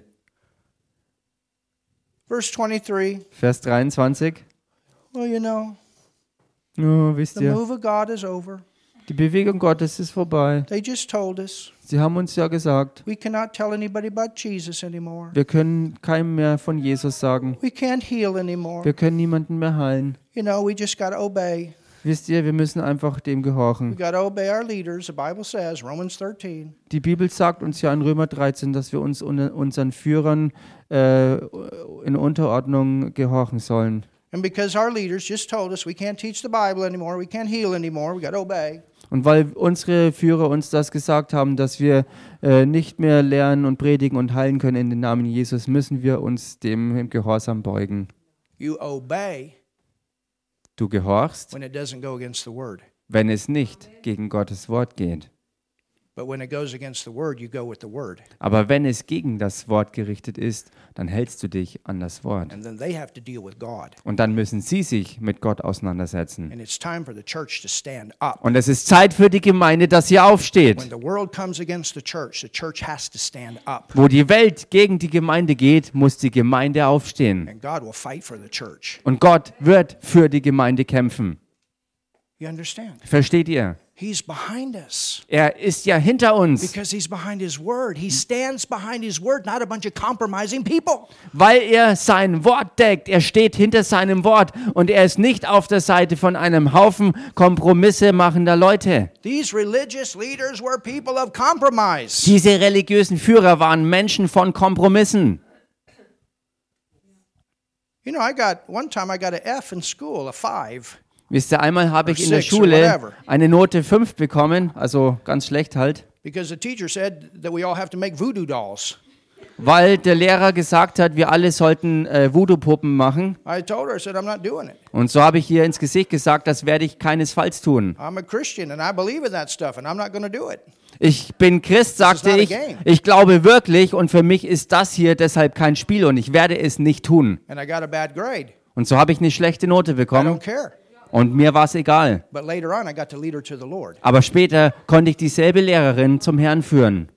Speaker 1: Verse 23.
Speaker 2: Vers 23.
Speaker 1: Well, you know,
Speaker 2: Oh, wisst
Speaker 1: the
Speaker 2: ihr,
Speaker 1: move of God is over.
Speaker 2: die Bewegung Gottes ist vorbei.
Speaker 1: They just told us
Speaker 2: Sie haben uns ja gesagt,
Speaker 1: we cannot tell anybody about Jesus anymore.
Speaker 2: wir können keinem mehr von Jesus sagen.
Speaker 1: We can't heal anymore.
Speaker 2: Wir können niemanden mehr heilen.
Speaker 1: You know, we just got to obey.
Speaker 2: Wisst ihr, wir müssen einfach dem
Speaker 1: We
Speaker 2: gehorchen.
Speaker 1: got to obey our leaders. The Bible says, Romans 13.
Speaker 2: Die Bibel sagt uns ja in Römer 13, dass wir uns un- unseren Führern äh, in Unterordnung gehorchen sollen.
Speaker 1: And because our leaders just told us we can't teach the Bible anymore, we can't heal anymore, we got to obey.
Speaker 2: Und weil unsere Führer uns das gesagt haben, dass wir äh, nicht mehr lernen und predigen und heilen können in den Namen Jesus, müssen wir uns dem im Gehorsam beugen.
Speaker 1: You obey
Speaker 2: Du gehorchst,
Speaker 1: when it doesn't go against the word.
Speaker 2: wenn es nicht gegen Gottes Wort geht.
Speaker 1: But when it goes against the word, you go with the word.
Speaker 2: Aber wenn es gegen das Wort gerichtet ist, dann hältst du dich an das Wort.
Speaker 1: And then they have to deal with God.
Speaker 2: Und dann müssen sie sich mit Gott auseinandersetzen.
Speaker 1: And it's time for the church to stand up.
Speaker 2: Und es ist Zeit für die Gemeinde, dass sie
Speaker 1: When
Speaker 2: aufsteht.
Speaker 1: the world comes against the church, the church has to stand up.
Speaker 2: Wo die Welt gegen die Gemeinde geht, muss die Gemeinde aufstehen.
Speaker 1: And God will fight for the church.
Speaker 2: Und Gott wird für die Gemeinde kämpfen.
Speaker 1: You understand?
Speaker 2: Versteht ihr?
Speaker 1: He's behind us
Speaker 2: Er ist ja hinter uns,
Speaker 1: because he's behind his word. He stands behind his word, not a bunch of compromising people.
Speaker 2: weil er sein Wort deckt. Er steht hinter seinem Wort und er ist nicht auf der Seite von einem Haufen Kompromisse machender Leute.
Speaker 1: These religious leaders were people of compromise.
Speaker 2: Diese religiösen Führer waren Menschen von Kompromissen.
Speaker 1: You know, I got one time I got an F in school, a five.
Speaker 2: Wisst ihr, einmal habe ich in der
Speaker 1: six or whatever.
Speaker 2: Schule eine Note 5 bekommen, also ganz schlecht halt,
Speaker 1: Because the teacher said that we all have to make voodoo dolls.
Speaker 2: weil der Lehrer gesagt hat, wir alle sollten äh, Voodoo-Puppen machen.
Speaker 1: I told her, I said, I'm not doing it.
Speaker 2: Und so habe ich ihr ins Gesicht gesagt, das werde ich keinesfalls tun.
Speaker 1: I'm a Christian and I believe in that stuff and I'm not going to do it.
Speaker 2: Ich bin Christ, sagte
Speaker 1: not a
Speaker 2: ich.
Speaker 1: game.
Speaker 2: Ich glaube wirklich und für mich ist das hier deshalb kein Spiel und ich werde es nicht tun.
Speaker 1: And I got a bad grade.
Speaker 2: Und so habe ich eine schlechte Note
Speaker 1: I don't
Speaker 2: bekommen
Speaker 1: care.
Speaker 2: und mir war es egal.
Speaker 1: But later on, I got to lead her to the Lord.
Speaker 2: Aber später konnte ich dieselbe Lehrerin zum Herrn führen.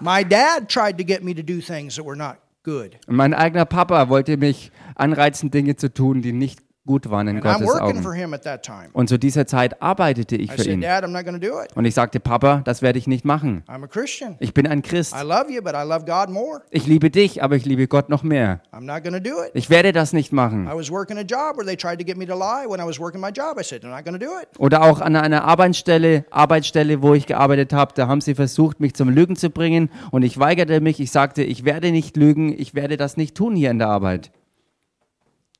Speaker 1: My dad tried to get me to do things that were not good.
Speaker 2: Und mein eigener Papa wollte mich anreizen, Dinge zu tun, die nicht gut waren in
Speaker 1: And I'm
Speaker 2: Gottes
Speaker 1: working
Speaker 2: Augen.
Speaker 1: for him at that time.
Speaker 2: Und zu dieser Zeit arbeitete ich
Speaker 1: I
Speaker 2: für
Speaker 1: said,
Speaker 2: ihn.
Speaker 1: Dad, I'm not going to do it.
Speaker 2: Und ich sagte, Papa, das werde ich nicht machen.
Speaker 1: I'm a Christian.
Speaker 2: Ich bin ein Christ.
Speaker 1: I love you, but I love God more.
Speaker 2: Ich liebe dich, aber ich liebe Gott noch mehr.
Speaker 1: I'm not going to do it.
Speaker 2: Ich werde das nicht machen.
Speaker 1: I was working a job where they tried to get me to lie when I was working my job. I said, I'm not going to do it.
Speaker 2: Oder auch an einer Arbeitsstelle, Arbeitsstelle, wo ich gearbeitet habe, da haben sie versucht, mich zum Lügen zu bringen und ich weigerte mich. Ich sagte, ich werde nicht lügen, ich werde das nicht tun hier in der Arbeit.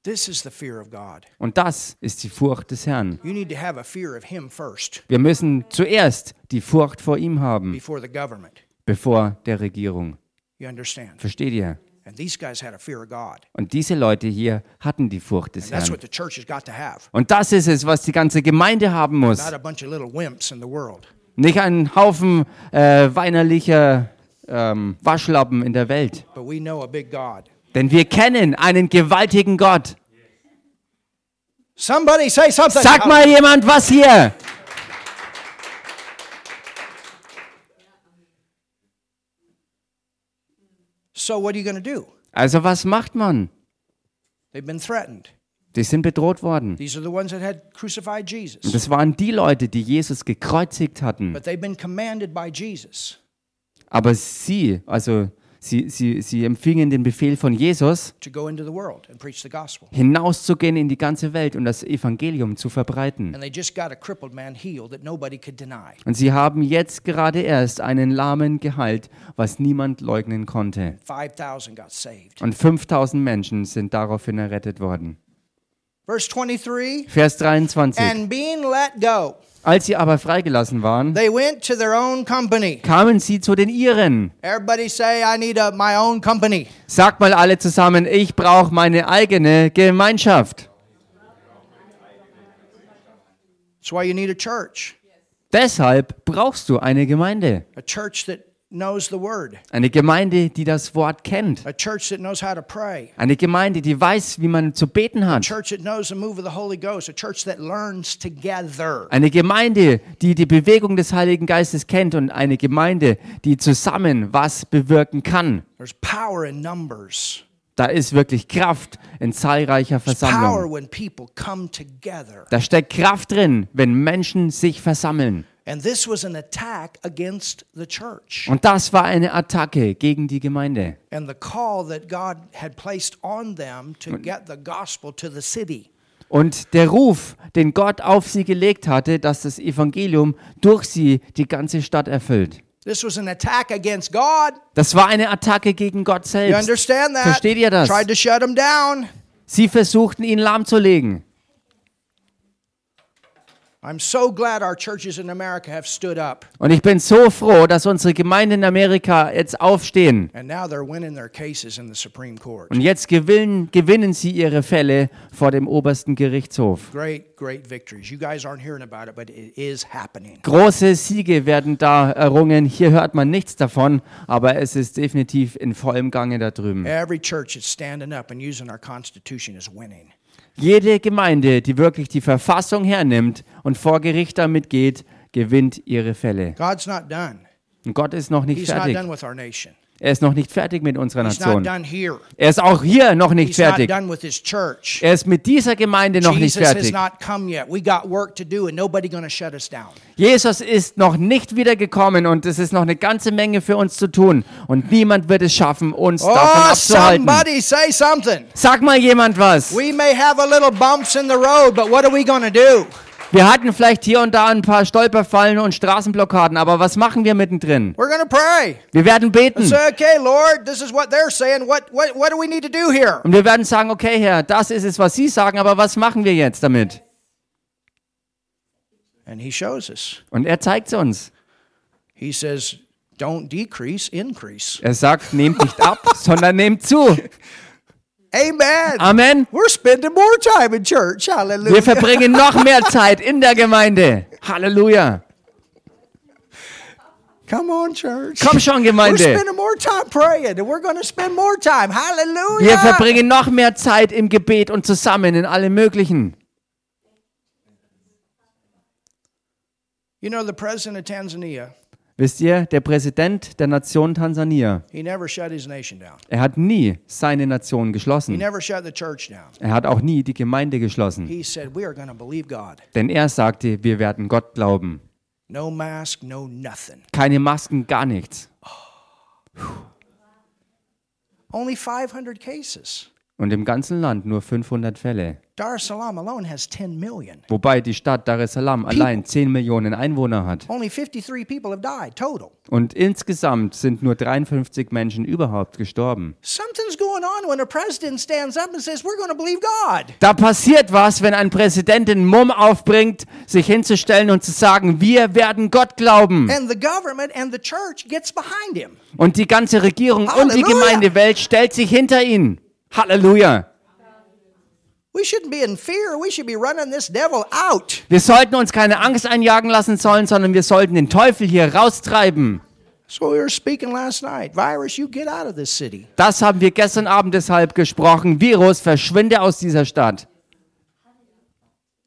Speaker 1: This is the fear of God.
Speaker 2: Und das ist die Furcht des Herrn.
Speaker 1: You need to have a fear of Him first
Speaker 2: Wir müssen zuerst die Furcht vor ihm haben,
Speaker 1: before the government.
Speaker 2: bevor der Regierung.
Speaker 1: You understand?
Speaker 2: Versteht ihr?
Speaker 1: And these guys had a fear of God.
Speaker 2: Und diese Leute hier hatten die Furcht des
Speaker 1: That's
Speaker 2: Herrn.
Speaker 1: what the church has got to have,
Speaker 2: Und das ist es, was die ganze Gemeinde haben muss.
Speaker 1: not a bunch of little wimps in the world.
Speaker 2: Nicht ein Haufen äh, weinerlicher ähm, Waschlappen in der Welt.
Speaker 1: But we know a big God.
Speaker 2: Denn wir kennen einen gewaltigen Gott.
Speaker 1: Somebody say something.
Speaker 2: Sag mal jemand was hier.
Speaker 1: So, what are you going to do?
Speaker 2: Also was macht man?
Speaker 1: They've been threatened.
Speaker 2: Die sind bedroht worden.
Speaker 1: These are the ones that had crucified Jesus.
Speaker 2: Das waren die Leute, die Jesus gekreuzigt hatten.
Speaker 1: But they've been commanded by Jesus.
Speaker 2: Aber sie, also sie, sie, sie empfingen den Befehl von Jesus,
Speaker 1: to go into the world and preach the gospel.
Speaker 2: hinauszugehen in die ganze Welt und das Evangelium zu verbreiten.
Speaker 1: And they just got a crippled man healed that nobody could deny.
Speaker 2: Und sie haben jetzt gerade erst einen Lahmen geheilt, was niemand leugnen konnte.
Speaker 1: 5,000 got saved.
Speaker 2: Und 5000 Menschen sind daraufhin errettet worden.
Speaker 1: Verse 23
Speaker 2: Vers 23.
Speaker 1: And being let go,
Speaker 2: Als sie aber freigelassen waren,
Speaker 1: they went to their own company.
Speaker 2: kamen sie zu den Iren.
Speaker 1: Everybody say, I need a, my own company.
Speaker 2: Sagt mal alle zusammen, ich brauche meine eigene Gemeinschaft.
Speaker 1: That's why you need a church,
Speaker 2: Deshalb brauchst du eine Gemeinde.
Speaker 1: a church that knows the word,
Speaker 2: Eine Gemeinde, die das Wort kennt.
Speaker 1: a church that knows how to pray,
Speaker 2: Eine Gemeinde, die weiß, wie man zu beten
Speaker 1: a
Speaker 2: hat.
Speaker 1: church that knows the move of the Holy Ghost, a church that learns together.
Speaker 2: Eine Gemeinde, die die Bewegung des Heiligen Geistes kennt und eine Gemeinde, die zusammen was bewirken kann.
Speaker 1: There's power in numbers,
Speaker 2: Da ist wirklich Kraft in zahlreicher
Speaker 1: power
Speaker 2: Versammlung.
Speaker 1: when people come together.
Speaker 2: Da steckt Kraft drin, wenn Menschen sich versammeln.
Speaker 1: And this was an attack against the church.
Speaker 2: Und das war eine Attacke gegen die Gemeinde.
Speaker 1: and the call that God had placed on them to get the gospel to the city.
Speaker 2: Und der Ruf, den Gott auf sie gelegt hatte, dass das Evangelium durch sie die ganze Stadt erfüllt.
Speaker 1: This was an attack against God.
Speaker 2: Das war eine Attacke gegen Gott
Speaker 1: You
Speaker 2: selbst.
Speaker 1: understand that?
Speaker 2: Versteht ihr das?
Speaker 1: Tried to shut them down.
Speaker 2: Sie versuchten, ihn lahmzulegen.
Speaker 1: I'm so glad our churches in America have stood up
Speaker 2: Und ich bin so froh, dass unsere Gemeinden in Amerika jetzt aufstehen.
Speaker 1: and now they're winning their cases in the Supreme Court.
Speaker 2: Und jetzt gewinnen, gewinnen sie ihre Fälle vor dem obersten Gerichtshof.
Speaker 1: Great, great victories. You guys aren't hearing about it, but it is happening.
Speaker 2: Große Siege werden da errungen. Hier hört man nichts davon, aber es ist definitiv in vollem Gange da drüben.
Speaker 1: Every church that's standing up and using our Constitution is winning.
Speaker 2: Jede Gemeinde, die wirklich die Verfassung hernimmt und vor Gericht damit geht, gewinnt ihre Fälle.
Speaker 1: God's not done.
Speaker 2: Und Gott ist noch nicht
Speaker 1: He's not
Speaker 2: fertig.
Speaker 1: done with our nation.
Speaker 2: Er ist noch nicht fertig mit unserer
Speaker 1: He's not
Speaker 2: Nation.
Speaker 1: done here.
Speaker 2: Er ist auch hier noch nicht
Speaker 1: He's not
Speaker 2: fertig.
Speaker 1: done with his church.
Speaker 2: Er ist mit dieser Gemeinde noch nicht
Speaker 1: Jesus has
Speaker 2: fertig.
Speaker 1: not come yet. We got work to do, and nobody going to shut us down.
Speaker 2: Jesus ist noch nicht wiedergekommen und es ist noch eine ganze Menge für uns zu tun. Und niemand wird es schaffen, uns davon
Speaker 1: Oh,
Speaker 2: abzuhalten.
Speaker 1: somebody say something.
Speaker 2: Sag mal jemand was.
Speaker 1: We may have a little bumps in the road, but what are we going to do?
Speaker 2: Wir hatten vielleicht hier und da ein paar Stolperfallen und Straßenblockaden, aber was machen wir mittendrin?
Speaker 1: We're going to pray.
Speaker 2: Wir werden beten.
Speaker 1: Say, okay, Lord, this is what they're saying. What, what, what do we need to do here?
Speaker 2: Und wir werden sagen, okay Herr, das ist es, was Sie sagen, aber was machen wir jetzt damit?
Speaker 1: And he shows us.
Speaker 2: Und er zeigt es uns.
Speaker 1: He says, don't decrease, increase.
Speaker 2: Er sagt, nehmt nicht ab, sondern nehmt zu.
Speaker 1: Amen.
Speaker 2: Amen.
Speaker 1: We're spending more time in church. Hallelujah.
Speaker 2: Wir verbringen noch mehr Zeit in der Gemeinde. Halleluja.
Speaker 1: Come on, church.
Speaker 2: Komm schon,
Speaker 1: We're
Speaker 2: Gemeinde.
Speaker 1: spending more time praying, and we're going to spend more time. Hallelujah.
Speaker 2: Wir verbringen noch mehr Zeit im Gebet und zusammen in allem Möglichen.
Speaker 1: You know, the president of Tanzania,
Speaker 2: Wisst ihr, der Präsident der Nation Tansania,
Speaker 1: he never shut his nation down.
Speaker 2: er hat nie seine Nation
Speaker 1: He
Speaker 2: geschlossen.
Speaker 1: never shut the church down.
Speaker 2: Er hat auch nie die Gemeinde geschlossen.
Speaker 1: He said, we are going to believe God.
Speaker 2: Denn er sagte, wir werden Gott glauben.
Speaker 1: No mask, no nothing.
Speaker 2: Keine Masken, gar nichts.
Speaker 1: Only 500 cases.
Speaker 2: Und im ganzen Land nur 500 Fälle.
Speaker 1: Dar es Salaam alone has 10 million.
Speaker 2: Wobei die Stadt Dar es Salaam allein 10 Millionen Einwohner hat.
Speaker 1: Only 53 people have died total.
Speaker 2: Und insgesamt sind nur 53 Menschen überhaupt gestorben.
Speaker 1: Something's going on when a president stands up and says, We're going to believe God.
Speaker 2: Da passiert was, wenn ein Präsident den Mumm aufbringt, sich hinzustellen und zu sagen, wir werden Gott glauben.
Speaker 1: And the government and the church gets behind him.
Speaker 2: Und die ganze Regierung und die
Speaker 1: Halleluja.
Speaker 2: Gemeindewelt stellt sich hinter ihn. Halleluja.
Speaker 1: We shouldn't be in fear. We should be running this devil out.
Speaker 2: Wir sollten uns keine Angst einjagen lassen sollen, sondern wir sollten den Teufel hier raustreiben.
Speaker 1: That's what we were speaking last night. Virus, you get out of this city.
Speaker 2: Das haben wir gestern Abend deshalb gesprochen. Virus, verschwinde aus dieser Stadt.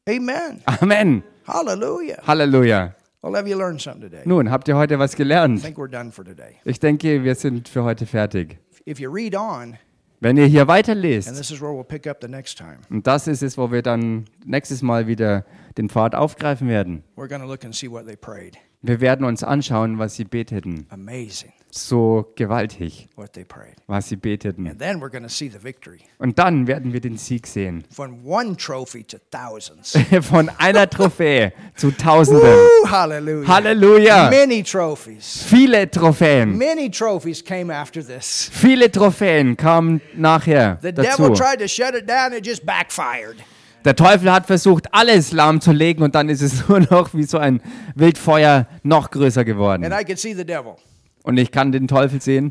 Speaker 1: Amen.
Speaker 2: Amen.
Speaker 1: Hallelujah.
Speaker 2: Halleluja.
Speaker 1: Well, have you learned something today? I
Speaker 2: Nun, habt ihr heute was gelernt?
Speaker 1: think we're done for today.
Speaker 2: Ich denke, wir sind für heute fertig.
Speaker 1: If you read on,
Speaker 2: Wenn ihr hier
Speaker 1: and
Speaker 2: weiterlest,
Speaker 1: this is where we'll pick up the next time,
Speaker 2: und das ist es, wo wir dann nächstes Mal wieder den Pfad aufgreifen werden.
Speaker 1: we're going to look and see what they prayed.
Speaker 2: Wir werden uns anschauen, was sie beteten.
Speaker 1: Amazing
Speaker 2: So gewaltig,
Speaker 1: what they prayed.
Speaker 2: was sie beteten.
Speaker 1: And then we're going to see the victory
Speaker 2: Und dann werden wir den Sieg sehen.
Speaker 1: from one trophy to thousands.
Speaker 2: Von einer Trophäe zu Tausenden.
Speaker 1: Woo, hallelujah.
Speaker 2: Halleluja.
Speaker 1: Many trophies.
Speaker 2: Viele Trophäen.
Speaker 1: Many trophies came after this.
Speaker 2: Viele Trophäen kamen nachher
Speaker 1: The
Speaker 2: dazu.
Speaker 1: devil tried to shut it down, it just backfired.
Speaker 2: Der Teufel hat versucht, alles lahmzulegen und dann ist es nur noch wie so ein Wildfeuer noch größer
Speaker 1: And
Speaker 2: geworden.
Speaker 1: I could see the devil.
Speaker 2: Und ich kann den Teufel sehen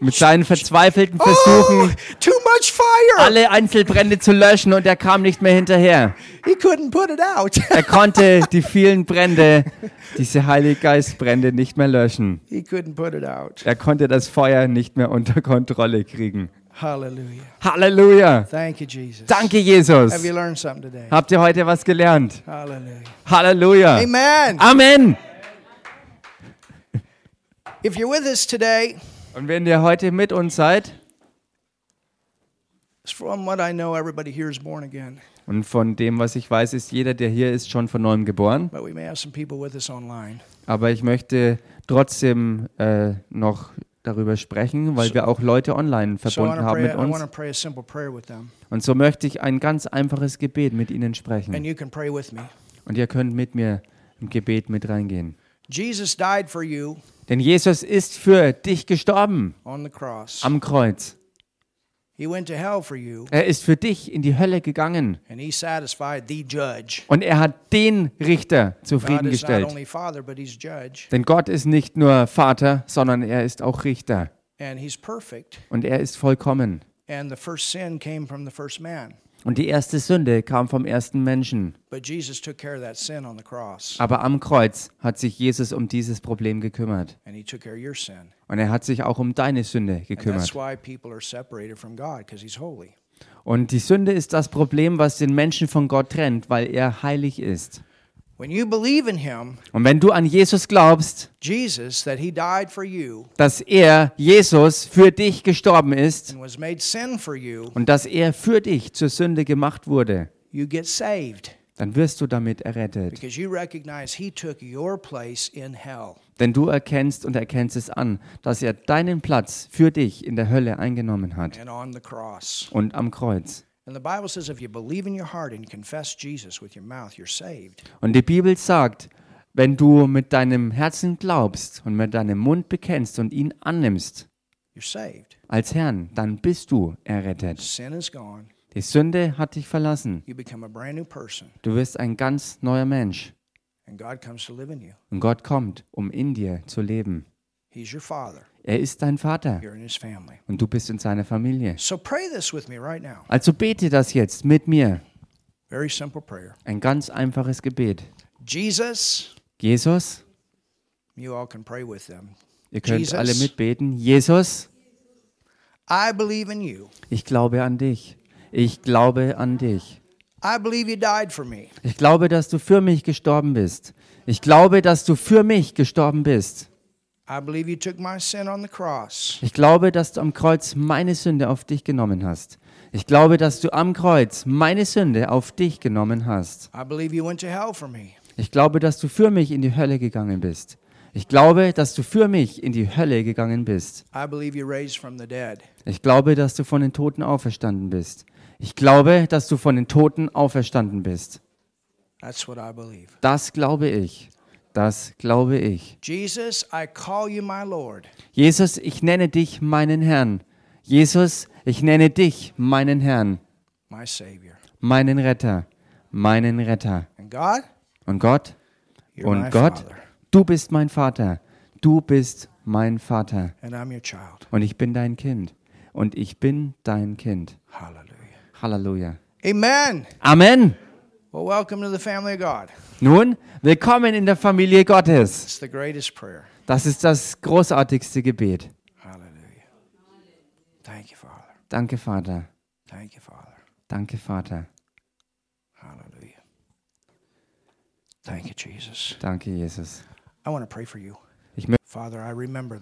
Speaker 2: mit seinen verzweifelten Versuchen,
Speaker 1: Oh, too much fire.
Speaker 2: alle Einzelbrände zu löschen und er kam nicht mehr hinterher.
Speaker 1: He couldn't put it out.
Speaker 2: Er konnte die vielen Brände, diese Heiliggeistbrände nicht mehr löschen.
Speaker 1: he couldn't put it out.
Speaker 2: Er konnte das Feuer nicht mehr unter Kontrolle kriegen.
Speaker 1: Hallelujah.
Speaker 2: Halleluja!
Speaker 1: Thank you, Jesus.
Speaker 2: Danke,
Speaker 1: Have
Speaker 2: Jesus!
Speaker 1: you learned something today?
Speaker 2: Habt ihr heute was gelernt?
Speaker 1: Hallelujah.
Speaker 2: Halleluja!
Speaker 1: Amen.
Speaker 2: Amen!
Speaker 1: If you're with us today,
Speaker 2: Und wenn ihr heute mit uns seid,
Speaker 1: from what I know, everybody here is born again,
Speaker 2: und von dem, was ich weiß, ist jeder, der hier ist, schon von neuem geboren,
Speaker 1: but we may have some people with us online.
Speaker 2: aber ich möchte trotzdem äh, noch darüber sprechen, weil wir auch Leute online
Speaker 1: So I
Speaker 2: verbunden haben
Speaker 1: want to pray,
Speaker 2: mit
Speaker 1: I want to
Speaker 2: uns.
Speaker 1: pray a simple prayer with them,
Speaker 2: Und so möchte ich ein ganz einfaches Gebet mit ihnen
Speaker 1: and
Speaker 2: sprechen.
Speaker 1: you can pray with me.
Speaker 2: Und ihr könnt mit mir im Gebet mit reingehen.
Speaker 1: Jesus died for you
Speaker 2: Denn Jesus ist für dich gestorben
Speaker 1: on the cross.
Speaker 2: am Kreuz.
Speaker 1: He went to hell for you,
Speaker 2: Er ist für dich in die Hölle gegangen.
Speaker 1: and he satisfied the judge.
Speaker 2: Und er hat den Richter
Speaker 1: God is not
Speaker 2: zufriedengestellt.
Speaker 1: only father, but he's judge,
Speaker 2: Denn Gott ist nicht nur Vater, sondern er ist auch Richter.
Speaker 1: and he's perfect.
Speaker 2: Und er ist vollkommen.
Speaker 1: And the first sin came from the first man,
Speaker 2: Und die erste Sünde kam vom ersten Menschen.
Speaker 1: but Jesus took care of that sin on the cross,
Speaker 2: Aber am Kreuz hat sich Jesus um dieses Problem gekümmert.
Speaker 1: and he took care of your sin.
Speaker 2: Und er hat sich auch um deine Sünde
Speaker 1: And that's
Speaker 2: gekümmert.
Speaker 1: why people are separated from God because he's holy.
Speaker 2: Und die Sünde ist das Problem, was den Menschen von Gott trennt, weil er heilig ist.
Speaker 1: When you believe in him,
Speaker 2: Und wenn du an Jesus glaubst,
Speaker 1: Jesus, that he died for you
Speaker 2: dass er, Jesus, für dich gestorben ist
Speaker 1: and was made sin for you,
Speaker 2: und dass er für dich zur Sünde gemacht wurde,
Speaker 1: you get saved
Speaker 2: dann wirst du damit errettet.
Speaker 1: because you recognize he took your place in hell.
Speaker 2: Denn du erkennst und erkennst es an, dass er deinen Platz für dich in der Hölle eingenommen hat
Speaker 1: and on the cross.
Speaker 2: und am Kreuz.
Speaker 1: And the Bible says if you believe in your heart and confess Jesus with your mouth, you're saved.
Speaker 2: Und die Bibel sagt, wenn du mit deinem Herzen glaubst und mit deinem Mund bekennst und ihn annimmst
Speaker 1: You're saved.
Speaker 2: als Herrn, dann bist du errettet.
Speaker 1: Sin is gone.
Speaker 2: Die Sünde hat dich verlassen.
Speaker 1: You become a brand new person,
Speaker 2: Du wirst ein ganz neuer Mensch.
Speaker 1: and God comes to live in you.
Speaker 2: Und Gott kommt, um in dir zu leben.
Speaker 1: He's your Father.
Speaker 2: Er ist dein Vater
Speaker 1: You're in His family.
Speaker 2: und du bist in seiner Familie.
Speaker 1: So pray this with me right now.
Speaker 2: Also bete das jetzt mit mir.
Speaker 1: Very simple prayer.
Speaker 2: Ein ganz einfaches Gebet.
Speaker 1: Jesus,
Speaker 2: Jesus,
Speaker 1: you all can pray with them.
Speaker 2: Ihr könnt
Speaker 1: Jesus.
Speaker 2: alle mitbeten. Jesus,
Speaker 1: I believe in you.
Speaker 2: ich glaube an dich. Ich glaube an dich.
Speaker 1: I believe you died for me.
Speaker 2: Ich glaube, dass du für mich gestorben bist. Ich glaube, dass du für mich gestorben bist.
Speaker 1: I believe you took my sin on the cross.
Speaker 2: Ich glaube, dass du am Kreuz meine Sünde auf dich genommen hast. Ich glaube, dass du am Kreuz meine Sünde auf dich genommen hast.
Speaker 1: I believe you went to hell for me.
Speaker 2: Ich glaube, dass du für mich in die Hölle gegangen bist. Ich glaube, dass du für mich in die Hölle gegangen bist.
Speaker 1: I believe you raised from the dead.
Speaker 2: Ich glaube, dass du von den Toten auferstanden bist. Ich glaube, dass du von den Toten auferstanden bist.
Speaker 1: That's what I believe.
Speaker 2: Das glaube ich. Das glaube ich.
Speaker 1: Jesus, I call you my Lord.
Speaker 2: Jesus, ich nenne dich meinen Herrn. Jesus, ich nenne dich meinen Herrn,
Speaker 1: my Savior.
Speaker 2: meinen Retter, meinen Retter.
Speaker 1: And God,
Speaker 2: Und Gott,
Speaker 1: you're my
Speaker 2: und Gott,
Speaker 1: Father,
Speaker 2: du bist mein Vater. Du bist mein Vater.
Speaker 1: and I'm your child.
Speaker 2: Und ich bin dein Kind. Und ich bin dein Kind.
Speaker 1: Hallelujah.
Speaker 2: Halleluja.
Speaker 1: Amen.
Speaker 2: Amen.
Speaker 1: Well, welcome to the family of God.
Speaker 2: Nun, willkommen in der Familie Gottes.
Speaker 1: It's the greatest prayer.
Speaker 2: Das ist das großartigste Gebet.
Speaker 1: Hallelujah. Thank you, Father.
Speaker 2: Danke, Vater.
Speaker 1: Thank you, Father.
Speaker 2: Danke, Vater.
Speaker 1: Hallelujah. Thank you, Jesus.
Speaker 2: Danke, Jesus.
Speaker 1: I want to pray for you.
Speaker 2: Ich mö-
Speaker 1: Father, I remember